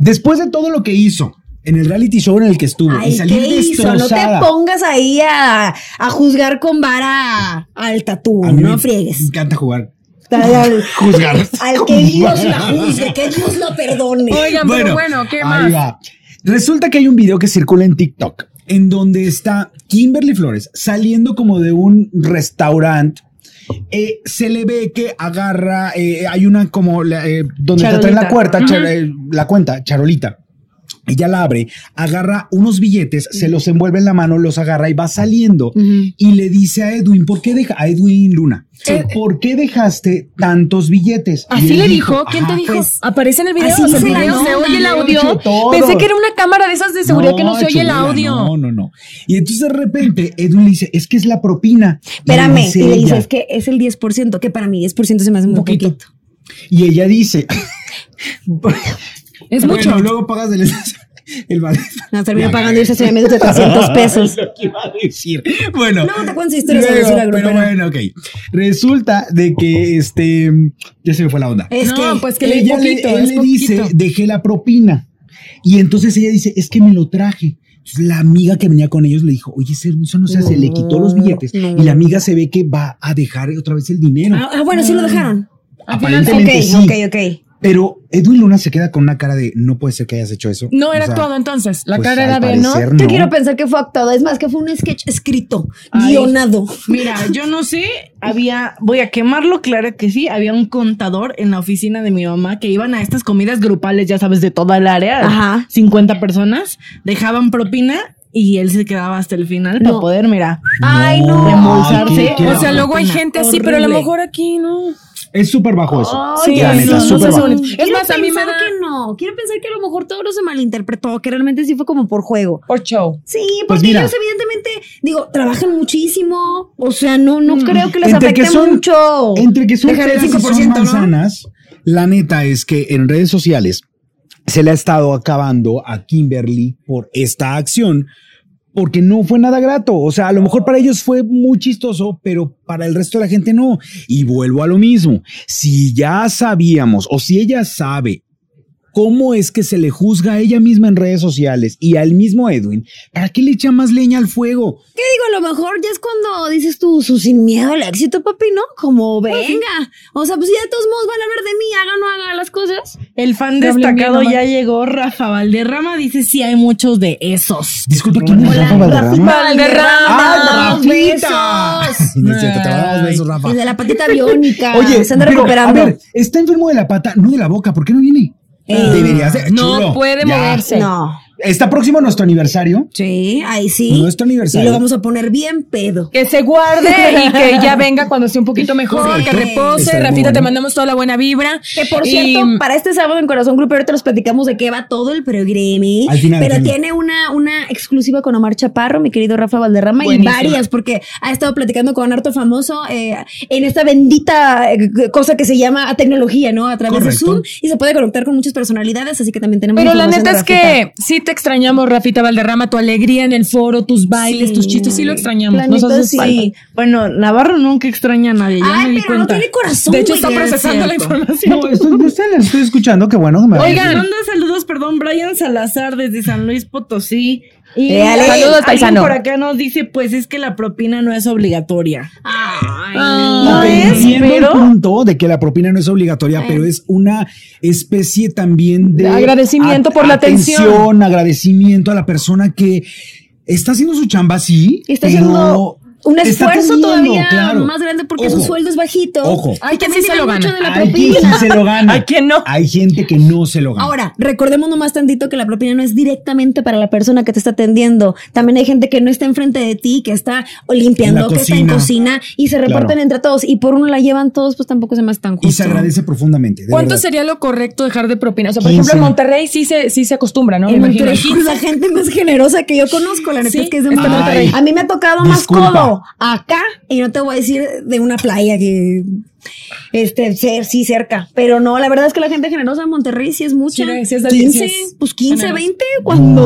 Después de todo lo que hizo en el reality show en el que estuvo y
Ay,
salir
¿qué hizo? No te
destrozada.
pongas ahí a, a juzgar con vara al tatú,
a mí
no
me
friegues.
encanta jugar.
Al, al-
Juzgar.
*laughs* al que Dios la juzgue, que Dios la perdone.
Oigan, pero bueno, ¿qué
ahí
más?
va. Resulta que hay un video que circula en TikTok en donde está Kimberly Flores saliendo como de un restaurante. Eh, se le ve que agarra, eh, hay una como la, eh, donde te traen la
Charolita.
cuarta, char- eh, la cuenta, charolita. Ella la abre, agarra unos billetes, se los envuelve en la mano, los agarra y va saliendo. Y le dice a Edwin, ¿por qué deja a Edwin Luna?
Eh,
¿Por qué dejaste tantos billetes? Y
Así
él
le dijo, ¿quién
"Ajá,
te dijo?
pues,
Aparece en el video,
así
o sea, el
dice la
video se
nota,
oye el
¿no?
audio.
Todo.
Pensé que era una cámara de esas de seguridad que no se oye el
chula,
audio.
No, no, no. Y entonces de repente Edwin le dice, es que es la propina. Y
Espérame, y le
ella-
dices que es el 10%, que para mí 10% se me hace muy poquito.
Y ella dice, *laughs*
Es
bueno,
mucho.
luego pagas el, *laughs* el balance.
Nos terminó pagando irse a Ciudad de México de
*laughs*
300 pesos.
Lo que iba a decir. Bueno.
Luego te cuento historias
luego,
sobre Ciudad
Pero
Grupera.
bueno, ok. Resulta de que este, ya se me fue la onda.
Es
No,
que
pues que le di
Ella
poquito,
él
es
le dice,
poquito.
dejé la propina. Y entonces ella dice, es que me lo traje. Entonces, la amiga que venía con ellos le dijo, oye, ese- eso no se hace, le quitó los billetes. Y la amiga se ve que va a dejar otra vez el dinero.
Ah, ah, bueno, sí lo dejaron. Ok,
Aparentemente sí.
ok, ok.
Pero Edwin Luna se queda con una cara de, no puede ser que hayas hecho eso.
No era
O sea,
actuado entonces. La
pues,
cara
al
era de no.
parecer,
Yo quiero pensar que fue actuado. Es más, que fue un sketch escrito,
Ay.
guionado.
Mira, yo no sé, había, voy a quemarlo, claro que sí, había un contador en la oficina de mi mamá que iban a estas comidas grupales, ya sabes, de toda el área,
Ajá.
50 personas, dejaban propina y él se quedaba hasta el final para poder, mira.
Ay, no.
Reembolsarse.
Ay, qué- qué
O sea, luego hay
Una
gente así, pero a lo
horrible.
mejor aquí no.
Es súper bajo eso.
Sí,
la
no,
neta,
no
súper
seas
bajo.
bonito. Es
Quiero
más, a mí me
pensar
da-
que no. Quiero pensar que a lo mejor todo lo se malinterpretó, que realmente sí fue como por juego.
Por show.
Sí, porque
Pues mira.
ellos evidentemente, digo, trabajan muchísimo. O sea, no, no creo que les afecte
que son,
mucho.
Entre que son
dejar el
peras y son
5%, ¿no?
manzanas, la neta es que en redes sociales se le ha estado acabando a Kimberly por esta acción. Porque no fue nada grato. O sea, a lo mejor para ellos fue muy chistoso, pero para el resto de la gente no. Y vuelvo a lo mismo. Si ya sabíamos o si ella sabe cómo es que se le juzga a ella misma en redes sociales y al mismo Edwin, ¿para qué le echa más leña al fuego?
¿Qué digo? A lo mejor ya es cuando dices tú, su sin miedo al éxito, papi, ¿no? Como venga. O sea, pues ya de todos modos van a hablar de mí, haga o no haga las cosas.
El fan
Yo hablé
destacado
bien,
ya llegó, Rafa Valderrama dice, sí hay muchos de esos.
Disculpa, ¿quién Pues es Rafa Valderrama?
Valderrama,
¡Ah, Rafita!
besos.
*laughs* No es cierto, te mandamos besos, Rafa.
Y de la patita biónica.
Oye,
se anda
pero,
recuperando.
a ver, está enfermo de la pata, no de la boca, ¿por qué no viene?
Eh,
Deberías de,
no
chulo,
puede moverse.
no.
Está próximo nuestro aniversario.
Sí, ahí sí.
Nuestro
Y
aniversario.
lo vamos a poner bien pedo.
Que
*laughs*
se guarde y que ya venga cuando esté un poquito mejor,
Sí.
que repose.
Está
Rafita,
bueno.
te mandamos toda la buena vibra.
Que por
Y-
cierto, para este sábado en Corazón Grupo, ahorita los platicamos de qué va todo el programa.
Al final, al
pero
final.
tiene una, una exclusiva con Omar Chaparro, mi querido Rafa Valderrama, y
Buenísima.
varias, porque ha estado platicando con harto famoso eh, en esta bendita eh, cosa que se llama tecnología, ¿no? A través
Correcto.
de Zoom y se puede conectar con muchas personalidades, así que también tenemos.
Pero la
información
neta
de
es
Rafita.
que sí te extrañamos, Rafita Valderrama, tu alegría en el foro, tus bailes,
Sí.
tus chistes, sí lo extrañamos.
La
Nos
neta,
haces
sí.
falta.
Sí. Bueno, Navarro nunca extraña a nadie. Ya me
Ay,
di
pero
cuenta.
no tiene corazón.
De hecho,
güey.
está procesando la
cierto.
información.
No, estoy, yo se la estoy escuchando, qué bueno. que me-
Oigan,
Manda saludos, perdón, Brian Salazar desde San Luis Potosí. Y
Eh, Ale.
Saludos,
alguien
paisano.
por acá nos dice, pues es que la propina no es obligatoria.
Ay,
Ah.
No es,
Entiendo el
pero-
punto de que la propina no es obligatoria,
Eh.
pero es una especie también de
De agradecimiento por la atención.
agradecimiento a la persona que está haciendo su chamba sí,
Está
pero
haciendo un
está
esfuerzo
teniendo,
todavía
claro.
más grande porque
Ojo,
su sueldo es bajito.
Ojo.
Ay, que
Hay quien sí se lo
mucho
gana.
de la
Hay quien sí
propina.
se
*laughs*
lo gana.
Hay quien no.
Hay gente que no se lo gana.
Ahora, recordemos nomás tantito que la propina no es directamente para la persona que te está atendiendo. También hay gente que no está enfrente de ti, que está o
En
limpiando,
la
que está en
cocina.
cocina y se reparten
Claro.
entre todos y por uno la llevan todos, pues tampoco se me hace tan justo.
y se agradece profundamente. de
¿cuánto
verdad.
sería lo correcto dejar de propina? O sea, por
15.
ejemplo, en Monterrey sí se, sí se acostumbra, ¿no? Me
En
imagino.
Monterrey es la gente más generosa que yo conozco, la neta
Sí,
es que es de
está en
Monterrey.
Monterrey.
A mí me ha tocado
Disculpa.
más codo acá y no te voy a decir de una playa que este cer- sí cerca, pero no, la verdad es que la gente generosa en Monterrey sí es mucha.
Sí, sí es de-
15,
sí es
pues 15,
generosa.
20 cuando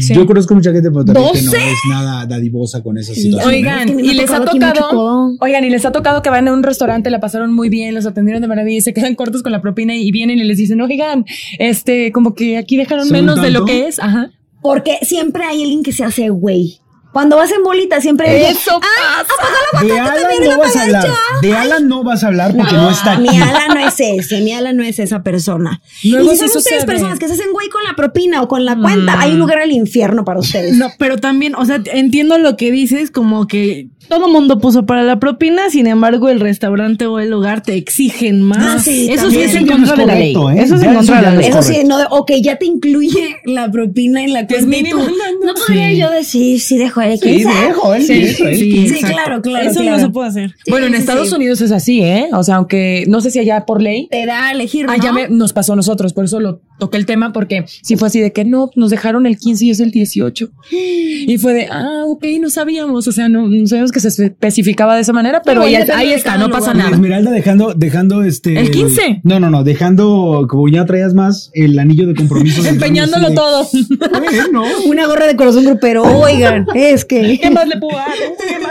Sí.
Yo conozco mucha gente de Monterrey que no
¿Doce?
es nada dadivosa con esa situación. ¿eh?
Oigan,
Es que a mí me
y
ha
les ha
tocado aquí mucho codo.
tocado, oigan, y les ha tocado que van a un restaurante, la pasaron muy bien, los atendieron de maravilla y se quedan cortos con la propina y vienen y les dicen, oigan, este, como que aquí dejaron
¿Son
menos de
tanto?
lo que es. Ajá.
porque siempre hay alguien que se hace güey. Cuando vas en bolita siempre hay alguien,
Eso
"Ay, apagó la
De
botana, tú
Alan
también
no
la
vas a hablar.
apagaste".
De Alan no vas a hablar porque no, está aquí.
"Ah, Mi ala no es ese, mi ala no es esa persona.
Luego
y si
sí
son ustedes
sucede.
personas que se hacen güey con la propina o con la cuenta, hay un lugar al infierno para ustedes.
No, pero también, o sea, entiendo lo que dices, como que todo mundo puso para la propina, sin embargo, el restaurante o el lugar te exigen más.
Ah, sí,
Eso
también.
sí es
Eso
en
ya
contra
no
de
es
la ley.
correcto, ¿eh?
Eso es
Ya
en
eso
contra de
ya
la
no es
ley.
Eso sí,
correcto.
no, o que ya te incluye la propina en la
Que es
cuenta. y
mínimo,
tú-
no, no.
no podría
Sí.
yo decir si dejo de
Sí, dejo, él dejo, él
Sí,
exacto.
claro, claro.
Eso
claro.
no se puede hacer.
Sí,
bueno, en
sí,
Estados
sí.
Unidos es así, ¿eh? O sea, aunque no sé si allá por ley.
Te da a elegir. ¿no?
Allá Ah, me- nos pasó a nosotros, por eso lo toqué el tema, porque si fue así de que no, nos dejaron el 15 y es el 18. Y fue de, ah, ok, no sabíamos, o sea, no, no sabíamos que se especificaba de esa manera, pero
bueno,
ahí,
depende
ahí
de
está,
cada
no pasa
lugar.
nada.
Esmeralda dejando, dejando este.
¿El 15?
No, no, no, dejando, como ya traías más, el anillo de compromiso.
Empeñándolo
dejando
todo.
así *laughs* de, "Oye, no".
Una gorra de corazón grupero. Oigan, es que.
¿Qué más le puedo dar?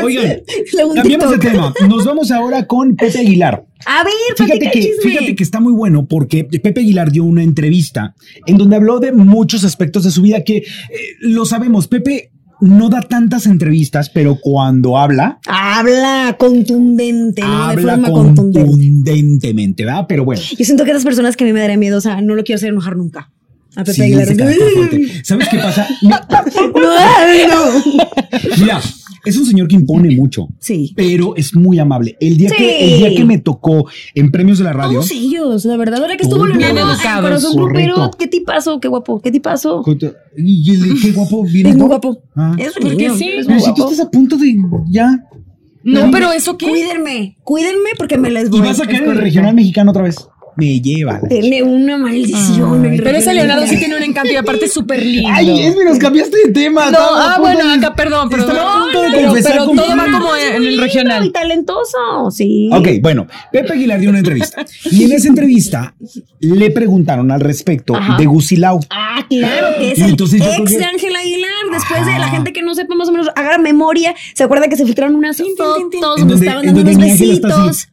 Oigan,
*laughs* Le hago un
cambiemos de
TikTok.
tema. Nos vamos ahora con Pepe Aguilar.
A ver,
Fíjate
platica el
que,
chisme.
fíjate que está muy bueno porque Pepe Aguilar dio una entrevista en donde habló de muchos aspectos de su vida que eh, lo sabemos. Pepe no da tantas entrevistas, pero cuando habla,
Habla contundente, ¿no? de
habla
forma contundente.
contundentemente, ¿verdad? Pero bueno.
Yo siento que esas personas que a mí me darían miedo, o sea, no lo quiero hacer enojar nunca. A Pepe
sí,
Aguilar.
se cae, está fuerte. ¿Sabes qué pasa? *laughs* No,
No, ay, no.
Mira, es un señor que impone mucho.
Sí.
Pero es muy amable. El día, que,
Sí.
el día que me tocó en premios de la radio,
Todos ellos, la verdad. Ahora que estuvo
Todos.
Leonardo
Bien
en
educados,
Corazón Grupero,
correcto.
¿qué te pasó? Qué guapo, qué te pasó?
justo- y, y- qué guapo viene.
Es muy guapo.
Ah.
Es un
Porque
niño,
sí.
es muy
Pero si tú
guapo.
estás a punto de ya
No, pero eso qué.
Cuídenme, cuídenme porque me les voy.
Y vas a
Es
caer en el
correcto.
regional mexicano otra vez. Me lleva.
Tiene una maldición. el
Ah. Pero ese
regional.
Leonardo sí tiene un encanto y aparte es súper lindo.
Ay, es nos cambiaste de tema.
no,
Estaba a
ah,
punto
bueno,
de-
acá, perdón, pero,
Estaba a punto de
no, pero,
confesar
pero
con-
todo va como en el
Y
regional.
talentoso, sí.
Ok, bueno, Pepe Aguilar dio una entrevista. Y en esa entrevista le preguntaron al respecto
Ajá.
de Gusilao.
Ah, claro que es
Y
el
entonces yo creo
ex
que-
de Ángel Aguilar. Después de la
Ah.
gente que no sepa más o menos, haga memoria. ¿Se acuerda que se filtraron unas fotos
En
donde
donde-
estaban
en
dando
donde
unos
mi Ángel está
besitos?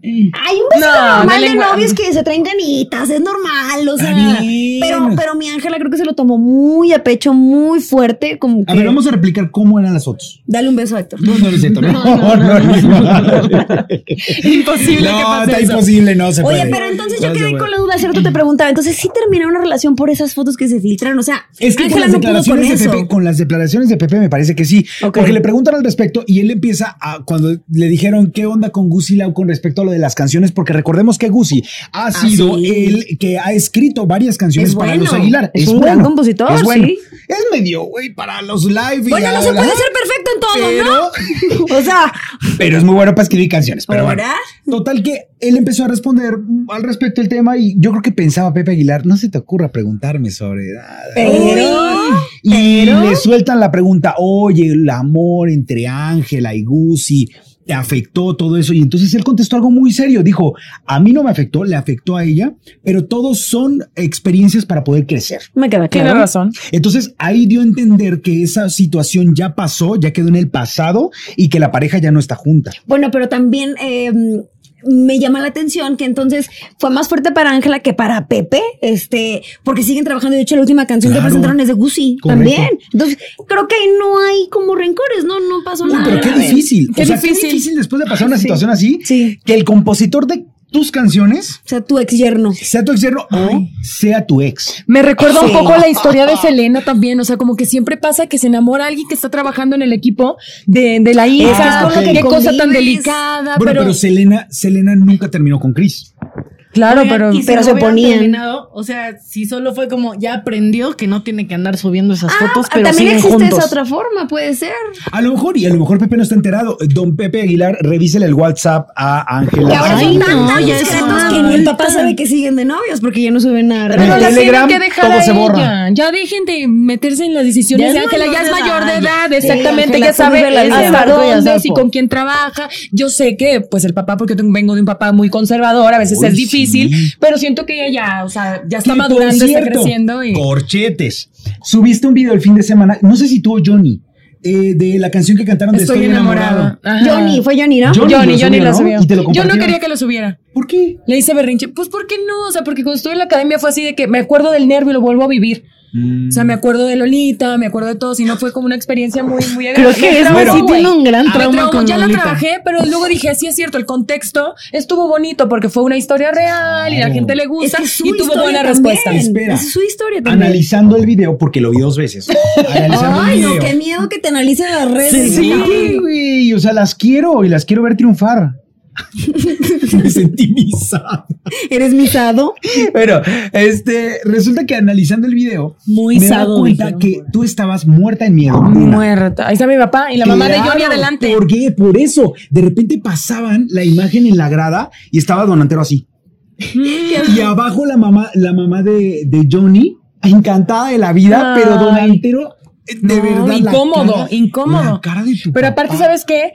Hay un beso
No,
normal
de
de
lengua-
novios que se traen ganitas, es normal, o
Está
sea.
bien.
Pero, pero mi Ángela creo que se lo tomó muy a pecho, muy fuerte, como que.
A ver, vamos a replicar cómo eran las fotos.
Dale un beso a Héctor.
No, no es cierto, no. No, no, *laughs*
Imposible que pase
está
eso.
imposible, no se puede.
Oye, pero entonces yo
No se
quedé
puede.
con la duda, ¿cierto? Te preguntaba, entonces sí terminó una relación por esas fotos que se filtraron, o sea,
Es que con
Ángela
las,
no pudo con
declaraciones de
eso.
Pepe, con las declaraciones de Pepe me parece que sí.
Ok.
Porque le preguntan al respecto y él empieza a, cuando le dijeron qué onda con Gusilao con respecto a lo de las canciones, porque recordemos que Gucci ha sido el que ha escrito varias canciones
Ah, Es
para
bueno.
los Aguilar.
Es un buen compositor,
es bueno.
sí.
Es medio, güey, para los live. y
Bueno,
la-
no se
la-
puede ser perfecto en todo, ¿no?
pero,
O sea,
pero es muy bueno para escribir canciones. Pero bueno.
¿Ahora?
Total que él empezó a responder al respecto del tema y yo creo que pensaba Pepe Aguilar, no se te ocurra preguntarme sobre nada.
pero.
Y
Pero-
le sueltan la pregunta, oye, el amor entre Ángela y Gucci, ¿te afectó todo eso? Y entonces él contestó algo muy serio, dijo, a mí no me afectó, le afectó a ella, pero todos son experiencias para poder crecer.
Me queda
Tiene
claro.
razón.
Entonces ahí dio a entender que esa situación ya pasó, ya quedó en el pasado y que la pareja ya no está junta.
Bueno, pero también eh, me llama la atención que entonces fue más fuerte para Ángela que para Pepe, este, porque siguen trabajando. De hecho, la última canción
Claro.
que presentaron es de Gucci
Correcto.
también. Entonces, creo que ahí no hay como rencores, ¿no? No pasó
Uy,
nada.
pero qué
grave.
difícil.
Qué
o sea, qué
difícil.
difícil después de pasar una situación así,
Sí.
que el compositor de tus canciones
O sea, tu ex yerno.
sea tu ex yerno o sea tu ex.
Me recuerda
Sí.
un poco la historia de Selena también, o sea, como que siempre pasa que se enamora alguien que está trabajando en el equipo de, de la hija,
con lo que
qué cosa tan
convives.
delicada,
Bueno, pero,
Ah, pero,
Selena, Selena nunca terminó con Chris.
claro,
Oigan,
pero
y si
pero
no
se
hubieran
ponían.
terminado, o sea, si solo fue como ya aprendió que no tiene que andar subiendo esas fotos,
Ah,
pero
también
siguen
existe
juntos.
esa otra forma, puede ser.
A lo mejor, y a lo mejor Pepe no está enterado. eh, Don Pepe Aguilar, revísele el WhatsApp a Ángela.
Que ahora
Ay,
son
no,
tan, tan
ya es
discretos
una
que ni el
vuelta.
papá sabe que siguen de novios porque ya no suben nada.
Pero
Pero
en
la
Telegram
tienen que dejar
todo
a
se
ella.
borra.
Ya dejen de meterse en las decisiones
Ya
de
es
Ángela, ya es
mayor de
mayor de
edad,
edad,
ya.
exactamente, ya
Ángela, tú vive
sabe
la vida de
hasta
Marco y
dónde, si
Azafo.
con quién trabaja. Yo sé que, pues, el papá, porque yo tengo- vengo de un papá muy conservador, a veces
Uy,
es difícil,
sí.
pero siento que ella ya, o sea, ya está
Que, por
madurando, está
cierto,
creciendo y...
Corchetes. Subiste un video el fin de semana, no sé si tú o Johnny, eh, de la canción que cantaron de Estoy, enamorado.
Ajá.
Johnny, fue Johnny, ¿no?
Johnny
Johnny,
lo
Johnny,
subió,
la
¿no?
subió.
Y te lo
Yo no
compartió.
quería que lo subiera.
¿Por qué?
Le hice berrinche. Pues, ¿por qué no? O sea, porque cuando estuve en la academia fue así de que me acuerdo del nervio y lo vuelvo a vivir. O sea, me acuerdo de Lolita, me acuerdo de todo. Si no fue como una experiencia muy, muy
Creo
agradable.
que
Me
es
traumó,
sí
güey.
tiene un gran
Me
trauma
traumó,
con
ya la
Lolita.
trabajé, pero luego dije, sí es cierto, el contexto estuvo bonito porque fue una historia real y la
Claro.
gente le gusta
Es que su
y tuvo
historia
buena
también.
respuesta.
Espera.
Es su historia también.
Analizando el video, porque lo vi dos veces.
*laughs*
Analizando
Ay,
el
no,
video.
qué miedo que te analicen las redes.
Sí, güey. O sea, las quiero y las quiero ver triunfar. *laughs* Me sentí misada.
Eres misado.
Pero, este, resulta que analizando el video,
Muy
me da
sado,
cuenta
dijeron,
que tú estabas muerta en miedo. Una.
Muerta. Ahí está mi papá y la mamá de Johnny
Claro,
adelante.
¿Por qué? Por eso. De repente pasaban la imagen en la grada y estaba Don Antero así. y abajo la mamá, la mamá de, de Johnny, encantada de la vida,
Ay.
pero Don Antero, eh, de
No,
verdad. la
incómodo,
cara-
incómodo.
la cara de tu
Pero aparte,
papá.
¿sabes qué?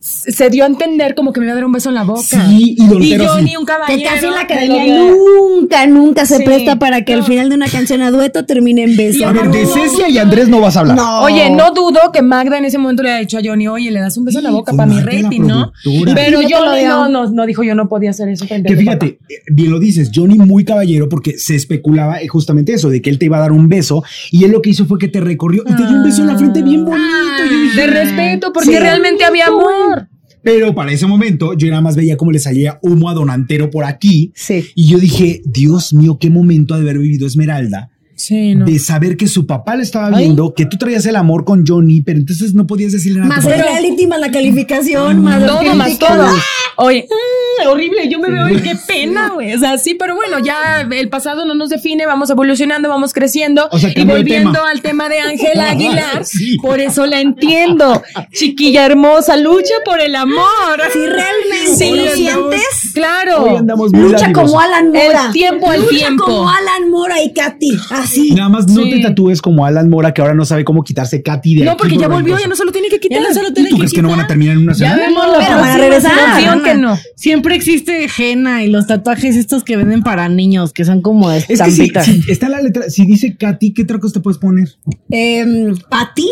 S- Se dio a entender como que me iba a dar un beso en la boca.
Sí, y Don
y
Antero
Johnny,
así.
un
Que
caballero.
casi en la
me
academia
lo dio.
nunca, nunca se
Sí.
presta para que al
No.
final de una canción a dueto termine en beso.
A ver, de
No.
Cecia y Andrés no vas a hablar.
No.
Oye, no dudo que Magda en ese momento le haya dicho a Johnny, oye, le das un beso en la boca
Con
para mi
Magda, la
rating, ¿no?
productora.
Pero
Y no te lo
Johnny
dio.
no, no, no dijo, yo no podía hacer eso. frente a
Que
tu
fíjate, eh, bien lo dices, Johnny muy caballero porque se especulaba eh, justamente eso, de que él te iba a dar un beso y él lo que hizo fue que te recorrió y te dio un beso en la frente bien bonito. Yo
papá.
dije,
De respeto, porque
Sí.
realmente había amor.
Pero para ese momento yo nada más veía cómo le salía humo a Donantero por aquí
Sí.
y yo dije, Dios mío, qué momento ha de haber vivido Esmeralda.
Sí, no.
De saber que su papá le estaba
Ay.
viendo, que tú traías el amor con Johnny, pero entonces no podías decirle nada. a tu
Más
papá.
el reality, más la calificación, más las
Todo más
críticas.
todo. Oye, ah, horrible, yo me veo y qué pena, güey. O sea, sí, pero bueno, ya el pasado no nos define, vamos evolucionando, vamos creciendo
O sea,
y
cambió el
volviendo
tema.
al tema de Ángela Aguilar.
Sí.
Por eso la entiendo. Chiquilla hermosa, lucha por el amor.
Si realmente
Sí,
lo
andamos-
sientes,
Claro.
Hoy andamos muy
lucha
látigos.
como Alan Mora.
El tiempo al
lucha
tiempo.
como Alan Mora y Katy. Así.
Nada más no
Sí.
te tatúes como Alan Mora, que ahora no sabe cómo quitarse Katy de
No,
aquí
porque ya
por
volvió,
Mendoza.
ya no se lo tiene que quitar.
Ya no se lo
¿Y tú crees que no van a terminar en una
Ya
semana?
vemos la
Pero van a
próxima
regresar.
semana.
Confío que no.
Siempre existe henna y los tatuajes estos que venden para niños, que son como
Es que si,
estampitas.
si está la letra, si dice Katy, ¿qué otra cosa te puedes poner?
Em,
*laughs*
Patty,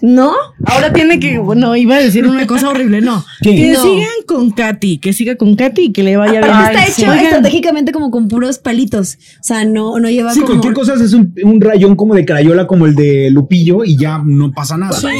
¿no?
Ahora tiene que, bueno, iba a decir una cosa horrible, no.
¿Qué?
Que
No.
sigan con Katy, que siga con Katy y que le vaya bien.
Aparte
Ay,
está
sí.
hecho
Oigan,
estratégicamente como con puros palitos. O sea, no, no
Ah,
lleva
Sí,
como...
cualquier cosa es un, un rayón como de crayola, como el de Lupillo, y ya no pasa nada. O sea,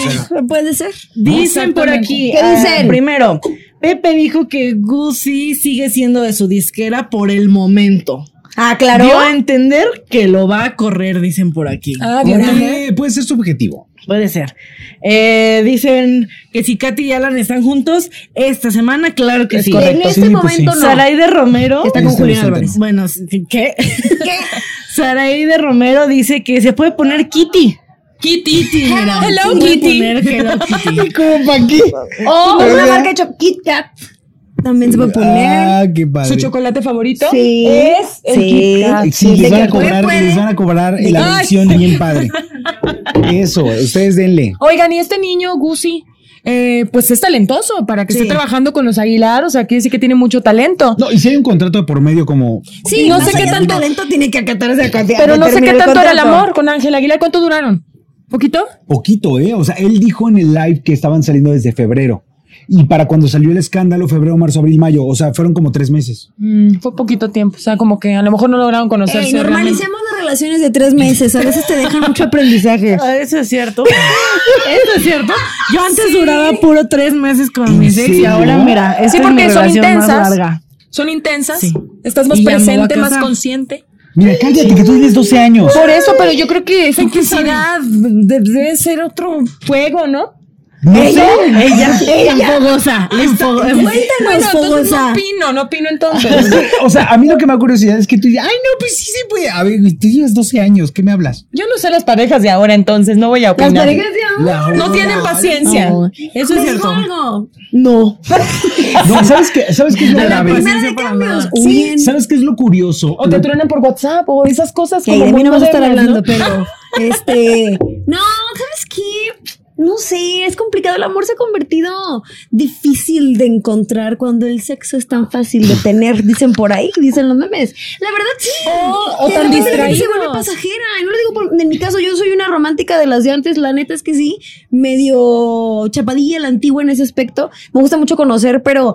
Puede ser.
Dicen por
Exactamente.
aquí.
¿Qué
ah,
dicen?
primero, Pepe dijo que Gucci sigue siendo de su disquera por el momento.
Ah, claro.
Dio a entender que lo va a correr, dicen por aquí.
Ah, bien.
Órale, puede ser subjetivo.
Puede ser. Eh, dicen que si Katy y Alan están juntos esta semana, claro que
Es
sí.
En
correcto.
este
Sí, pues
momento
sí.
no.
Saraide Romero.
Está con
Este
Julián
es el
Álvarez.
Bueno, ¿qué?
¿Qué?
*laughs* Saraide Romero dice que se puede poner Kitty.
Kitty.
mira.
*laughs* Hello,
Se puede
Kitty. *laughs*
poner Hello Kitty.
¿Cómo pa' aquí?
Oh,
O
Pero
una
ya-
marca de cho- Kit Kat. También se puede poner.
Ah, qué padre. Ah,
Su chocolate favorito
Sí.
es el
Sí.
Kit Kat.
Sí,
De
les van,
que
a cobrar,
puede, puede.
les van a cobrar
De-
la
Ay.
mención bien padre. Eso, ustedes denle.
Oigan, y este niño, Gusi, eh, pues es talentoso para que
Sí.
esté trabajando con los Aguilar, o sea, quiere decir que tiene mucho talento.
No, y si hay un contrato de por medio como...
Sí,
No
más
sé qué
allá del
tanto-
talento tiene que acatar esa cantidad.
Pero no sé qué
determinar
tanto era el
contrato.
amor con Ángel Aguilar. ¿Cuánto duraron? ¿Poquito?
Poquito, ¿eh? O sea, él dijo en el live que estaban saliendo desde febrero. Y para cuando salió el escándalo, febrero, marzo, abril, mayo. O sea, fueron como tres meses.
Mm, fue poquito tiempo. O sea, como que a lo mejor no lograron conocerse.
Ey,
realmente.
normalicemos las relaciones de tres meses. A veces te dejan
*laughs*
mucho aprendizaje.
Ah, Eso es cierto. Eso es cierto. Yo antes
Sí.
duraba puro tres meses con mis ex y
serio?
ahora, mira, esta
Sí,
es mi
porque son
relación más
intensas.
larga.
Son intensas.
Sí.
Estás más
Y ya me voy a
presente, más
casar.
consciente.
Mira, cállate, que tú tienes 12 años.
Por eso, pero yo creo que esa intensidad de- debe ser otro fuego, ¿no?
No sé.
Ella, enfogosa. enfogosa.
Cuéntanos,
entonces no
fogosa.
opino, no opino entonces.
O sea, a mí lo que me da curiosidad es que tú dices, ay, no, pues sí se puede. A ver, güey, tú llevas 12 años, ¿qué me hablas?
Yo no sé las parejas de ahora, entonces no voy a opinar.
Las parejas de
La
amor.
hora.
no tienen paciencia.
No.
Eso es
¿Te digo
cierto.
algo?
No.
No, ¿sabes qué? ¿Sabes qué es lo
A la
grave?
primera de cambios.
Sí,
huyen.
¿Sabes qué es lo curioso?
O te truenan por WhatsApp o esas cosas.
Que de mí no vas a estar
modernas,
hablando,
¿no?
pero este. *laughs* No, ¿sabes qué? No sé, es complicado. El amor se ha convertido difícil de encontrar cuando el sexo es tan fácil de tener, dicen por ahí, dicen los memes. La verdad, sí.
o
De
tan
repente la gente Se
distraídos.
vuelve pasajera. Y No lo digo por, en mi caso, yo soy una romántica de las de antes. La neta es que sí, medio chapadilla, la antigua en ese aspecto. Me gusta mucho conocer, pero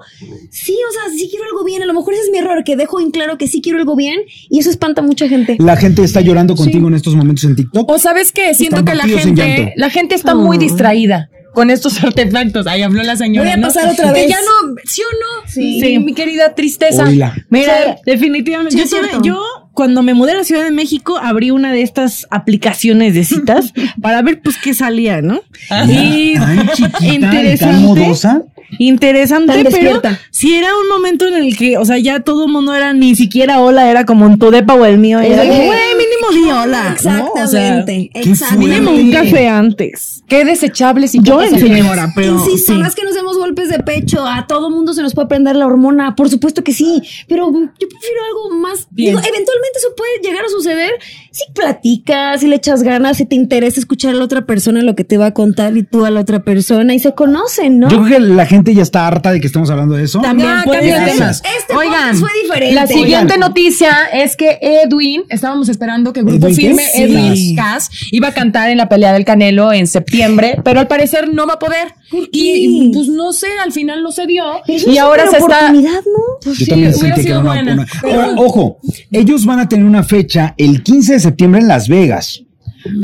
sí, o sea, sí quiero algo bien. A lo mejor ese es mi error, que dejo en claro que sí quiero algo bien y eso espanta a mucha gente.
La gente está llorando contigo en estos momentos en TikTok.
O sabes que siento
Están
que la
partidos en
gente,
llanto.
la gente está muy distraída con estos *laughs* artefactos. Ahí habló la señora.
Voy a
¿no?
pasar otra
Que
vez.
ya no, sí o no.
Sí.
Sí, mi querida tristeza.
Oila.
Mira,
Sí.
definitivamente.
Sí,
yo,
es
tuve-
cierto.
yo, cuando me mudé a la Ciudad de México, abrí una de estas aplicaciones de citas para ver, pues, qué salía, ¿no? Y
Ah.
*laughs*
Ay, chiquita, y tan
Ah, interesante.
modosa.
Tan
Interesante, pero
despierta.
si era un momento en el que, o sea, ya todo el mundo era ni siquiera hola, era como en tu depa o el mío. y Era,
Exacto.
como, güey, mínimo di hola.
Exactamente,
¿no? O sea,
exactamente.
mínimo un café antes.
Qué desechables y
Yo
qué
en
pasajeros.
señora, pero.
Insisto,
sí.
no es que nos demos golpes de pecho, a todo mundo se nos puede prender la hormona, por supuesto que sí, pero yo prefiero algo más.
Bien.
Digo, eventualmente eso puede llegar a suceder si platicas, si le echas ganas, si te interesa escuchar a la otra persona lo que te va a contar y tú a la otra persona y se conocen, ¿no?
Yo creo que la gente ya está harta de que estamos hablando de eso.
También
Ya,
puede
Ah, cambia de
ser.
tema.
Este podcast fue diferente.
La siguiente
Oigan.
noticia es que Edwin, estábamos esperando que Grupo
¿Edwin qué?
Firme,
Sí.
Edwin Cass, iba a cantar en la pelea del Canelo en septiembre, pero al parecer no va a poder. Y
qué?
pues no sé, al final no se dio.
Pero es
Y
una
ahora se
super
está.
oportunidad, ¿no?
Yo
Sí,
también sentí
hubiera
que era
sido
una
buena,
buena.
pero-
Ahora, Ojo, ellos van a tener una fecha el 15 de septiembre en Las Vegas.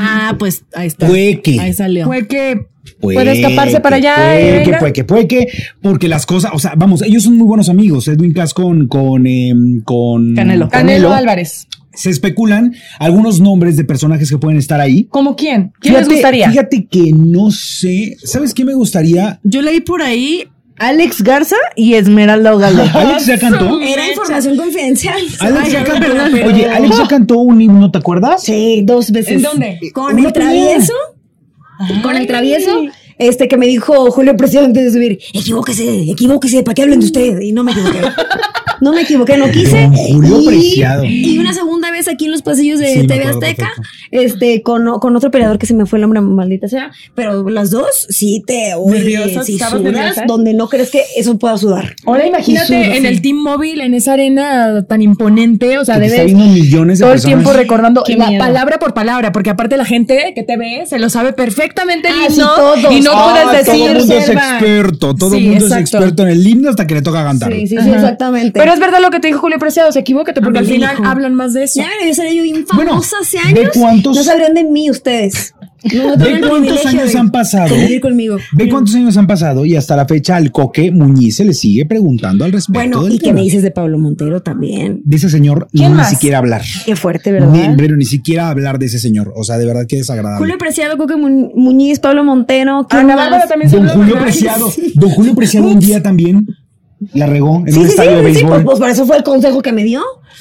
Ah, pues ahí está.
Fue que.
Ahí salió.
Fue que
Puede
puede escaparse para allá. y
Puede que,
venga.
puede que, puede que, porque las cosas, o sea, vamos, ellos son muy buenos amigos, Edwin Cass con, con, em, con
Canelo.
Canelo Álvarez.
Se especulan algunos nombres de personajes que pueden estar ahí.
¿Como quién? ¿Quién les
Fíjate-
gustaría?
Fíjate que no sé, ¿sabes qué me gustaría?
Yo leí por ahí Alex Garza y Esmeralda Ogalo.
Alex ya cantó.
Era información confidencial.
Alex
Ay,
ya
perdón,
cantó.
perdón.
Oye, Alex ya cantó un himno, ¿te acuerdas?
Sí, dos veces. Eh,
¿En dónde?
Con
Una
el travieso. Con el travieso. Este que me dijo Julio Preciado antes de subir, equivóquese, equivóquese, ¿para qué hablen de usted? Y no me equivoqué. No me equivoqué, no quise.
Don Julio
y,
Preciado.
Y una segunda vez aquí en los pasillos de
Sí, me
TV
acuerdo
Azteca,
perfecto.
este, con, con otro operador que se me fue el nombre, maldita sea. Pero las dos, sí te oye,
Nerviosa,
sí
estabas
sudas,
nerviosa.
donde no crees que eso pueda sudar.
Ahora
Y suda,
imagínate en
sí.
el team móvil, en esa arena tan imponente, o sea,
Que te
debes
está viendo millones de
todo el
personas.
tiempo recordando
Qué
la
miedo.
palabra por palabra, porque aparte la gente que te ve se lo sabe perfectamente el
Ah, sí,
himno
todos.
y no
Ah,
puedes
Todo el
decir
mundo es
"Selva".
experto, todo el
Sí,
mundo es
exacto.
experto en el himno hasta que le toca cantar.
Sí, sí, sí,
Ajá.
exactamente.
Pero es verdad lo que te dijo Julio Preciado, se equivócate porque
Ah,
al
me
final
dijo.
hablan más de eso.
Ya, yo sería yo
Bueno,
infamosa hace
¿de
años.
cuántos?
No sabrían de mí ustedes. No, no tengo
Ve
el
cuántos
privilegio
años
de
han pasado.
convivir conmigo.
Ve cuántos años han pasado y hasta la fecha al coque Muñiz se le sigue preguntando al respecto.
Bueno,
del
y que
tema.
me dices de Pablo Montero también.
De ese señor no
¿Quién
ni
más?
siquiera hablar.
Qué fuerte,
Ni,
¿verdad?
pero ni siquiera hablar de ese señor. O sea, de verdad que desagradable.
Julio Preciado, Coque Mu- Muñiz, Pablo Montero. ¿quién
Ana
más?
Bárbara Ah, también se
Don
habló,
Julio
¿verdad?
Preciado. Don Julio Preciado un día también la regó en
Sí,
un
sí, sí,
estadio de
sí,
béisbol.
pues, pues por eso fue el consejo que me dio.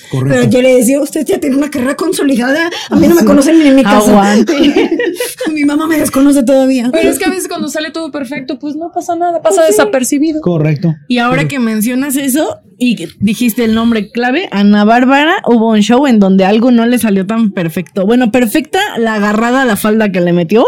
Correcto.
Pero yo le decía, usted ya tiene una carrera consolidada, a mí no me conocen ni en mi casa. *laughs*
Aguante.
mi mamá me desconoce todavía.
Pero es que a
Pues
veces cuando sale todo perfecto, pues no pasa nada, pasa desapercibido.
Correcto.
Y ahora que mencionas eso y que dijiste el nombre clave, Ana Bárbara, hubo un show en donde algo no le salió tan perfecto. Bueno, perfecta la agarrada a la falda que le metió.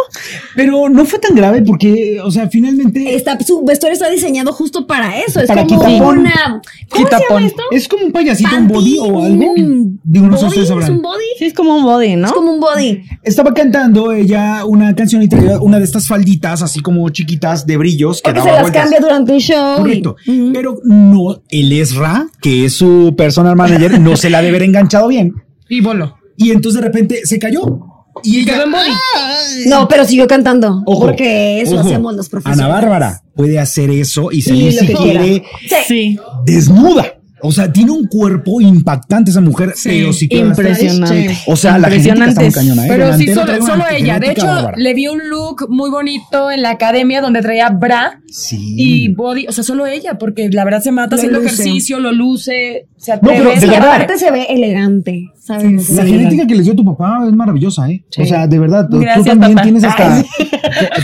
Pero no fue tan grave porque, o sea, finalmente
Está, su vestuario está diseñado justo para eso. Es
Para
como
quitapón.
una. ¿Cómo se
Quitapón.
llama esto?
es como un payasito, un
Panty,
body o algo.
un
Digo, no sé
body,
ustedes
¿Es
sabrán.
un body?
Sí, es como un body, ¿no?
Es como un body.
Estaba cantando ella una canción y traía una de estas falditas así como chiquitas de brillos que
Mm. Porque se
daba
las
vueltas.
cambia durante un show. y-
Correcto.
Ujú.
Pero no, el Ezra, que es su personal manager, no se la debe haber enganchado bien.
Y voló.
Y entonces de repente se cayó. Y ella.
Quedó en body.
No, pero siguió cantando.
Ojo,
porque eso
ojo,
hacemos los profesores.
Ana Bárbara puede hacer eso y
Y
salir
lo
si
que quiera.
quiere
Sí.
Sí.
desnuda. O sea, tiene un cuerpo impactante esa mujer, pero si quiere
Impresionante.
O sea, la genética está muy cañona, ¿eh?
Pero
La
sí,
antena trae
solo,
una
solo ella. De
genética
hecho,
bárbara.
le vi un look muy bonito en la academia donde traía bra
Sí.
y body. O sea, solo ella, porque la verdad se mata
Mm. Lo
haciendo
luce.
ejercicio, lo luce, se
pero
atreve.
de
se
Y
verdad.
abre.
aparte se ve elegante. ¿Sabes?
La
Sí.
genética que les dio tu papá es maravillosa, ¿eh? O sea, de verdad, tú, tú
Gracias,
también
papá.
tienes hasta.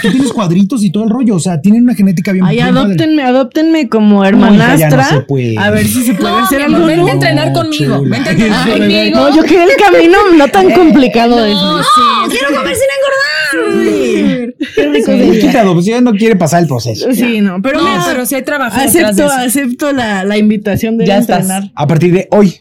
Tú tienes cuadritos y todo el rollo. O sea, tienen una genética bien.
Ay,
bien padre.
adóptenme, adóptenme como
ya no
hermanastra.
se puede.
A ver si se puede
No,
hacer
mi
algo.
amor, vente
¿no?
a entrenar conmigo.
chula.
Vente
*laughs*
a entrenar
Ay,
conmigo.
No, yo quería el camino no tan complicado.
No,
eso.
¡No! ¡Quiero comer sin engordar! Qué rico
Sí,
sería.
quita adopción, no quiere pasar el proceso.
Sí, no, pero,
No,
mira,
pero sí hay trabajo detrás de
acepto,
eso.
acepto la, la invitación de ir
Ya
a
estás.
entrenar.
A partir de hoy.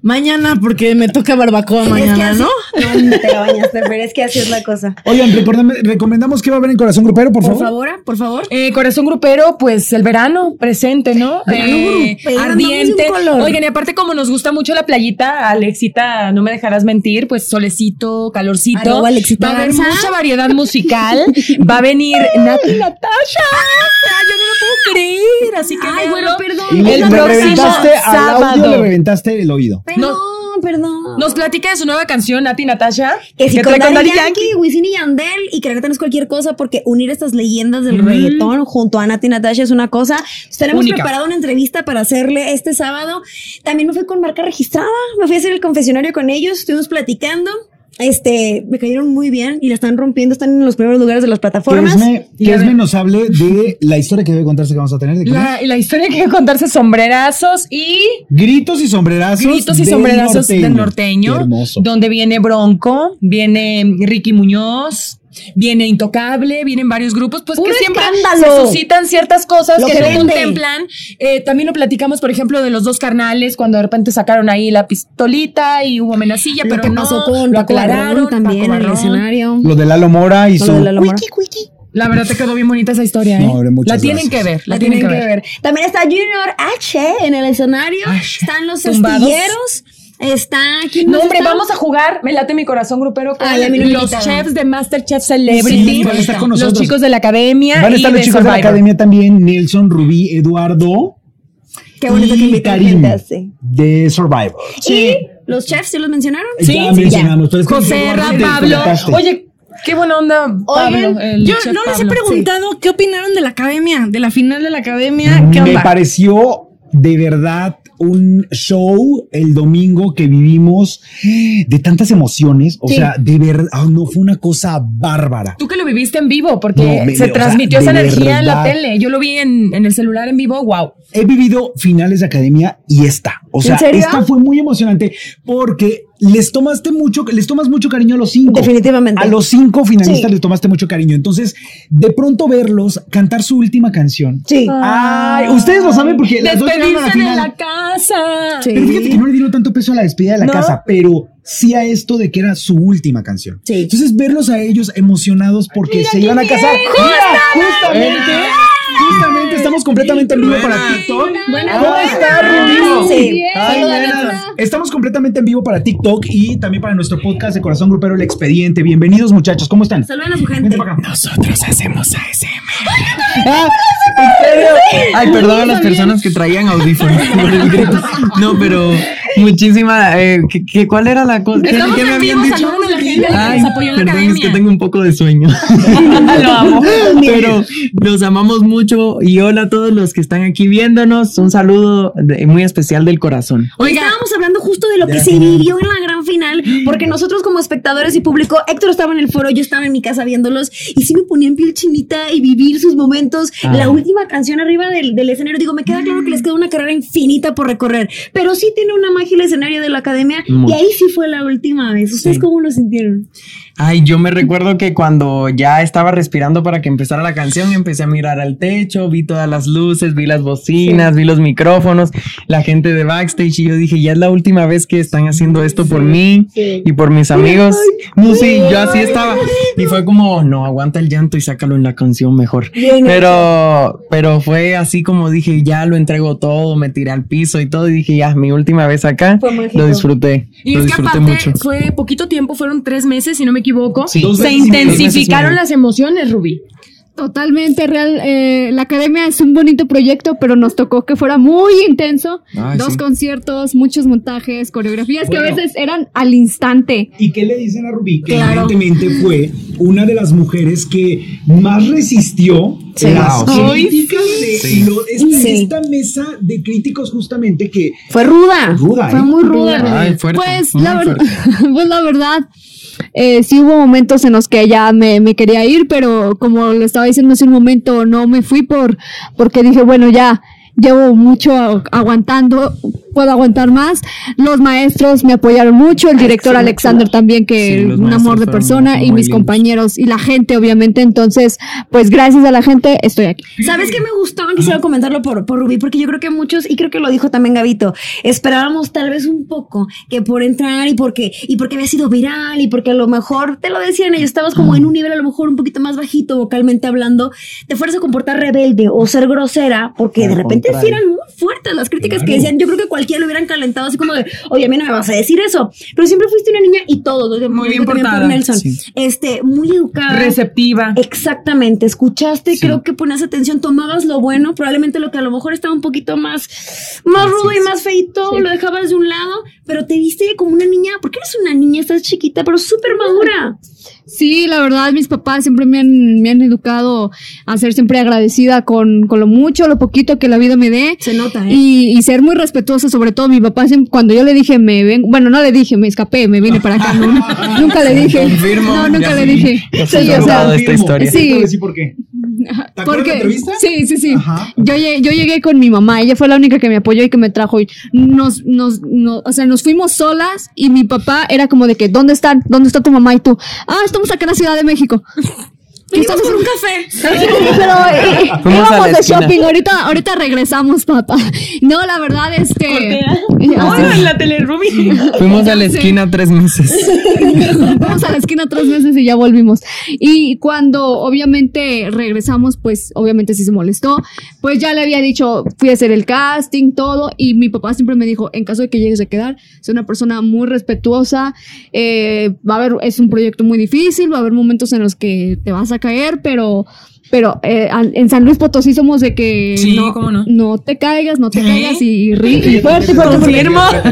Mañana, porque me toca barbacoa
Es que
mañana,
así-
¿no?
*laughs* No, te la bañaste, pero es que así es la cosa.
Oigan, recordame- recomendamos que va a haber en Corazón Grupero, por,
Por
favor.
favor, por favor.
Eh, corazón grupero, pues el verano presente, ¿no?
Verano
Eh,
grupero,
ardiente.
andamos de un color.
Oigan, y aparte, como nos gusta mucho la playita, Alexita, no me dejarás mentir, pues solecito, calorcito.
Arroba Alexita
va a haber
Garza.
mucha variedad musical. va
*laughs*
a venir Nati Natasha. Ay, Yo no lo puedo creer. Así que.
Ay,
véanlo.
bueno, perdón.
Y le,
El
le
próximo
reventaste al audio,
sábado.
le reventaste el oído.
Perdón, perdón.
Nos platica de su nueva canción, Nati Natasha.
que si con
trae
Daddy
Daddy
Yankee, Wisin y Yandel y creer que no es cualquier cosa porque unir estas leyendas del reggaetón junto a Nati Natasha es una cosa. Entonces, tenemos
Única.
preparado una entrevista para hacerle este sábado. También me fui con marca registrada, me fui a hacer el confesionario con ellos, estuvimos platicando. Este, me cayeron muy bien y la están rompiendo, están en los primeros lugares de las
Que
plataformas.
Esme,
Y
que
a
Esme
ver.
nos hable de la historia que debe contarse que vamos a tener. De comer.
La, la historia que contarse sombrerazos y
Gritos y sombrerazos.
gritos y
del
sombrerazos del
Qué
norteño,
hermoso.
donde viene Bronco, viene Ricky Muñoz, viene Intocable, vienen varios grupos, pues que
¡Un
siempre
escándalo!
se suscitan ciertas cosas
Lo
que
que
no
vende.
contemplan. Eh, también lo platicamos, por ejemplo, de los dos carnales cuando de repente sacaron ahí la pistolita y hubo amenacilla,
lo
pero
que
no,
pasó con
lo
Paco
aclararon
Barrón también
Paco
en el
Barrón.
escenario.
Lo de Lalo Mora y
Lo de
su.
la Lomora.
La verdad te quedó bien bonita esa historia, ¿eh?
No, hombre, muchas
la tienen
gracias.
que ver, la, tienen, que ver.
También está Junior H en el escenario. Están los
Tumbados.
astilleros. Está. ¿quién
No,
más
hombre,
está?
vamos a jugar. Me late mi corazón grupero con
Ay, a mí no me
los
invitaron.
chefs de Masterchef Celebrity.
Sí, van a estar con
los
nosotros.
chicos de la academia.
Van a
y
estar los
de
chicos de la
Survivor.
academia también. Nelson, Rubí, Eduardo.
Qué bonito que
y
invitan
Karim,
gente así.
De Survivor.
Y los chefs, ¿sí los mencionaron?
Sí,
ya
sí,
mencionamos. Tú eres como
José,
Eduardo, te
Pablo.
conectaste.
Oye, qué buena onda, Pablo. el
yo
chef
no les he
Pablo.
preguntado qué opinaron de la academia, de la final de la academia. ¿Qué
Mm, Me
onda?
pareció de verdad un show el domingo que vivimos de tantas emociones. O
Sí.
sea, de verdad, ah, no fue una cosa bárbara.
Tú que lo viviste en vivo, porque
No, me-
se
me- o sea,
transmitió
de
esa energía en la
verdad.
tele. Yo lo vi en, en el celular en vivo, wow.
He vivido finales de academia y esta. O sea,
serio?
esta fue muy emocionante porque les tomaste mucho, les tomas mucho cariño a los cinco.
Definitivamente.
A los cinco finalistas
Sí.
les tomaste mucho cariño. Entonces, de pronto verlos cantar su última canción.
Sí.
Ay, ustedes lo saben porque las dos llegaron a la
Despedirse de
final.
la casa.
Sí.
Pero fíjate que no le dieron tanto peso a la despedida de la
¿No?
casa, pero sí a esto de que era su última canción.
Sí.
Entonces, verlos a ellos emocionados porque se iban a casar. ¡Mira! ¡Justamente! Justamente estamos completamente en vivo para
Buena.
TikTok.
Buena,
¿Cómo Ah, está, Rubí?
Sí.
Ay, buenas. Estamos completamente en vivo para TikTok y también para nuestro podcast de Corazón Grupero El Expediente. Bienvenidos, muchachos. ¿Cómo están?
Saluden a su gente.
Vente para acá.
Nosotros hacemos ASMR. Ah, Ay, perdón a las personas que traían
*laughs*
audífonos por el grito. No, pero muchísima. eh, ¿qué- qué- ¿Cuál era la cosa? ¿Qué,
Estamos
qué me
en
habían
vivo,
dicho?
saluden a la gente, la que
Ay,
nos apoyó en la
perdón, es que
academia.
tengo un poco de sueño.
Lo amo.
Pero los amamos mucho y hola a todos los que están aquí viéndonos. Un saludo de- muy especial del corazón.
Oiga,
Estábamos hablando justo de lo que se vivió en la gran final, porque nosotros como espectadores y público, Héctor estaba en el foro, yo estaba en mi casa viéndolos y sí me ponía en piel chinita y vivir sus momentos. La última canción arriba del, del escenario, digo, me queda claro que les queda una carrera infinita por recorrer, pero sí tiene una magia el escenario de la academia
Mucho.
y ahí sí fue la última vez. ¿Ustedes cómo lo sintieron?
Ay, yo me recuerdo que cuando ya estaba respirando para que empezara la canción, empecé a mirar al techo, vi todas las luces, vi las bocinas, vi los micrófonos, la gente de backstage y yo dije, ya es la última vez que están haciendo esto por mí y por mis amigos. No, sí, yo así estaba. Y fue como, no, aguanta el llanto y sácalo en la canción mejor.
Bien
Pero, pero fue así como dije, ya lo entrego todo, me tiré al piso y todo y dije, ya, mi última vez acá.
Fue mágico.
Lo disfruté.
y
lo
es que
disfruté
aparte
mucho.
fue poquito tiempo, fueron tres meses, si no me equivoco.
Sí.
Dos
Se
veces y medio.
intensificaron las emociones, Rubí.
Totalmente real. eh, la academia es un bonito proyecto, pero nos tocó que fuera muy intenso.
Ay,
Dos
sí.
conciertos, muchos montajes, coreografías que a
Bueno.
veces eran al instante.
¿Y qué le dicen a Rubí? Que
Claro.
evidentemente fue una de las mujeres que más resistió las
Wow.
críticas de
Sí.
lo- esta,
Sí.
esta mesa de críticos justamente que
Fue ruda.
ruda,
Fue
¿eh?
muy ruda.
Ay, fuerte,
pues,
muy
la ver-
fuerte.
*laughs* pues la verdad, eh, sí hubo momentos en los que ya me, me quería ir, pero como lo estaba diciendo hace un momento, no me fui por porque dije, bueno, ya llevo mucho a- aguantando, puedo aguantar más. Los maestros me apoyaron mucho, el director Alexander también,
Sí,
que
los
un amor
maestros
de
fueron
persona, y
muy
mis
lindos.
compañeros y la gente, obviamente. Entonces, pues gracias a la gente estoy aquí.
¿Sabes qué me gustó? Quisiera comentarlo por, por Rubí, porque yo creo que muchos, y creo que lo dijo también Gabito, esperábamos tal vez un poco que por entrar y porque, y porque había sido viral y porque a lo mejor te lo decían ellos, estabas como en un nivel a lo mejor un poquito más bajito vocalmente hablando, te fueras a comportar rebelde o ser grosera, porque
Al
de repente sí
contrario.
eran muy fuertes las críticas que decían. Yo creo que cualquiera lo hubieran calentado así como de, oye, a mí no me vas a decir eso, pero siempre fuiste una niña y todo, lo que-
Muy
lo
bien
que también por
portada,
Nelson,
sí.
este, muy educada.
Receptiva.
Oh. Exactamente, escuchaste,
Sí.
creo que ponías atención, tomabas lo bueno, probablemente lo que a lo mejor estaba un poquito más, más rudo y más feito, lo dejabas de un lado, pero te viste como una niña, porque eres una niña, estás chiquita, pero súper madura.
Sí, la verdad, mis papás siempre me han, me han educado a ser siempre agradecida con, con lo mucho, lo poquito que la vida me dé.
Se nota, ¿eh?
Y, y ser muy respetuosa, sobre todo mi papá, siempre- cuando yo le dije, me ven, bueno, no le dije, me escapé, me vine para acá, no, *laughs* no, nunca le dije.
Confirmo,
no, nunca
ya
le
sí.
dije.
Ya sí,
Sí, o sea,
confirmado. toda esta historia.
Sí.
Sí.
Te voy a decir por qué. ¿Te acuerdas de la entrevista?
sí, sí, sí.
Ajá.
Yo llegué, yo llegué con mi mamá, ella fue la única que me apoyó y que me trajo. Y Nos, nos, no- o sea, nos fuimos solas y mi papá era como de que, ¿dónde están? ¿Dónde está tu mamá y tú? Ah, estamos acá en la Ciudad
*laughs*
de México. ¿Qué estás
por
haciendo?
un
*laughs*
café.
Pero eh, eh,
Fuimos a la
íbamos de
esquina.
shopping, ahorita, ahorita regresamos, papá. No, la verdad este, es que
Ahora en la tele, Rubí.
Fuimos a la
Sí.
esquina tres meses.
vamos a la esquina tres veces y ya volvimos. Y cuando obviamente regresamos, pues obviamente sí se molestó. Pues ya le había dicho, fui a hacer el casting, todo. Y mi papá siempre me dijo, en caso de que llegues a quedar, soy una persona muy respetuosa. eh, va a haber, es un proyecto muy difícil, va a haber momentos en los que te vas a caer, pero... Pero eh, an- en San Luis Potosí somos de que
Sí,
no,
cómo no.
te caigas, no te
¿Sí?
caigas y, ri- y fuerte, fuerte, fuerte.
Confirmo.
Sí,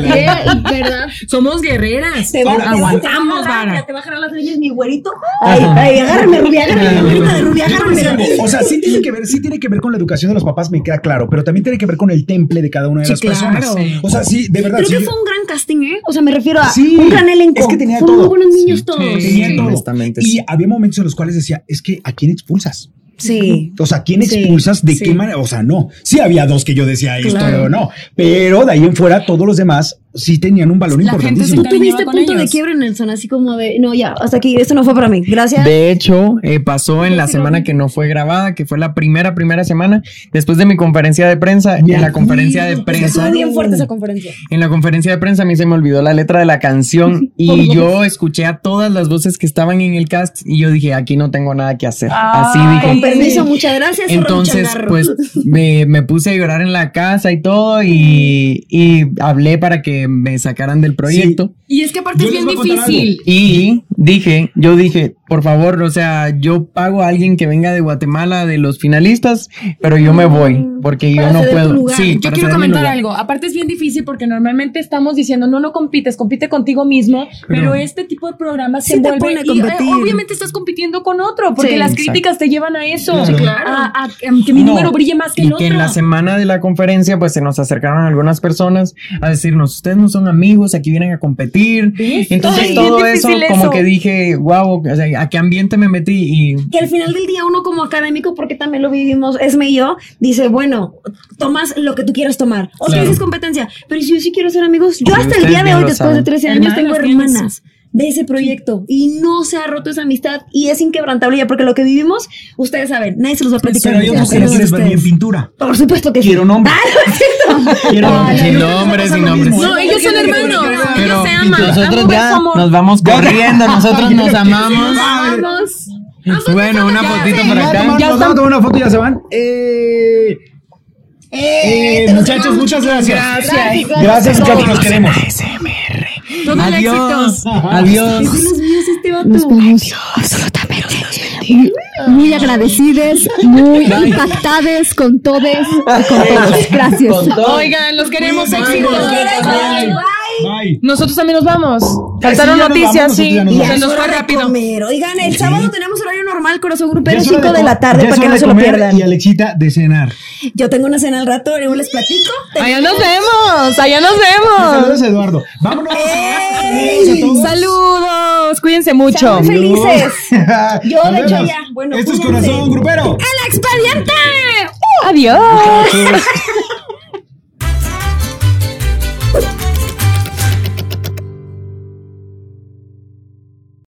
¿Verdad?
Somos guerreras.
Te va- te va- te va a
Aguantamos,
agarrar,
vara.
Te va a jalar las leyes, mi güerito. Ay, ay, agárrame, Rubí, agárrame, güerita de Rubí, agárrame.
O sea, sí tiene que ver, sí tiene que ver con la educación de los papás, me queda claro, pero también tiene que ver con el temple de cada una de
Sí,
las
claro.
personas. O sea, sí, de verdad.
Creo
sí,
que
yo-
fue un gran casting, ¿eh? O sea, me refiero a
Sí,
un gran elenco.
es que tenía
Fueron
todo.
muy buenos niños todos.
sí.
Tenía todo.
Honestamente,
Y
sí.
había momentos en los cuales decía, es que ¿a quién expulsas?
Sí.
O sea, ¿quién
Sí,
expulsas? ¿De
sí.
qué manera? O sea, no. Sí había dos que yo decía esto
Claro.
o no. Pero de ahí en fuera, todos los demás, sí tenían un valor
La gente
importantísimo.
se
Tú tuviste
con
punto de
ellos.
quiebre en el son, así como de, no, ya, hasta aquí, esto no fue para mí. Gracias.
De hecho, eh, pasó en la semana que no fue grabada, que fue la primera, primera semana, después de mi conferencia de prensa, en la conferencia de prensa.
Estuvo bien fuerte esa conferencia.
En la conferencia de prensa a mí se me olvidó la letra de la
*laughs*
canción y yo escuché a todas las voces que estaban en el cast y yo dije, aquí no tengo nada que hacer. Así
Ay.
dije.
Ah, Con permiso, muchas gracias. cerró el
Entonces,
changarro.
pues me,
*laughs*
me puse a llorar en la casa y todo y, y hablé para que me sacaran del proyecto.
Y es que aparte
Yo
es
les
bien
voy a contar
difícil.
Y dije, yo dije, por favor, o sea, yo pago a alguien que venga de Guatemala de los finalistas, pero yo me voy
Mm,
porque
Para
yo no
ceder tu
puedo.
lugar.
Sí,
Yo
Yo
para
quiero
ceder mi
comentar
lugar.
algo. Aparte es bien difícil porque normalmente estamos diciendo no, no compites, compite contigo mismo, pero,
Pero-
este tipo de programas
Sí
se
te
envuelve
pone a
y eh,
competir.
obviamente estás compitiendo con otro porque
Sí.
las
Exacto.
críticas te llevan a eso.
Sí,
claro.
A, a-
em,
a que mi
No,
número brille más que
y
el otro.
que en la semana de la conferencia pues se nos acercaron algunas personas a decirnos ustedes no son amigos aquí vienen a competir entonces
Ay,
todo
bien
eso,
difícil eso.
como que dije wow o sea, a qué ambiente me metí y
que al final del día uno como académico, porque también lo vivimos, Esme y yo, dice, bueno, tomas lo que tú quieras tomar. O sea,
Claro.
es competencia. Pero si yo sí quiero ser amigos, yo
Y
hasta el
ustedes
día de
bien
hoy,
lo
después de
saben.
13 años, tengo
Hermanas, tienes-
hermanas de ese proyecto y no se ha roto esa amistad y es inquebrantable ya porque lo que vivimos ustedes saben nadie se los va a platicar
Pues, Pero hay
Ya,
otros que no
ustedes.
les va bien pintura.
por supuesto que sí.
Quiero nombres.
Ah,
*laughs* Quiero
Ay, Ah, sin
nombres.
nombres, sin
Pasa lo
nombres.
mismo.
No, ellos son hermanos.
pero
ellos se aman.
nosotros
Ambos
ya
somos-
nos vamos corriendo nosotros *laughs* nos amamos
Vamos.
bueno una
ya,
fotito
sí,
para
Ya tomaron-
acá
nos vamos a tomar una foto y ya se van. Eh, eh, muchachos, muchas gracias.
Gracias.
Gracias, Capi, nos queremos.
Todo un
adiós
éxito.
adiós
Dios mío, es este vato.
Nos vamos absolutamente muy, muy agradecidas, muy impactadas con todos y con todos. Gracias.
Oigan, los queremos éxito.
Bye.
Bye.
Nosotros también nos vamos.
sí,
Faltaron
ya nos
noticias,
vamos,
sí.
ya nos
Y
vamos.
ya
Se nos
es
fue
hora de
rápido.
comer. Oigan, el sábado tenemos horario normal, corazón
Ya
grupero,
es hora
5 de
co-
la tarde,
ya es
para que
hora
no
de
se lo
comer
pierdan.
Y Alexita de cenar.
Yo tengo una cena al rato, luego les platico.
Allá nos vemos. Allá nos vemos.
Oh.
Saludos, Eduardo. Vámonos.
¡Ey!
Saludos. Cuídense mucho.
Muy felices. Yo,
Nos
de hecho,
vemos.
ya. Bueno, pues,
Esto es
cuídense.
Corazón Grupero.
¡El expediente!
Adiós.
Muchachos.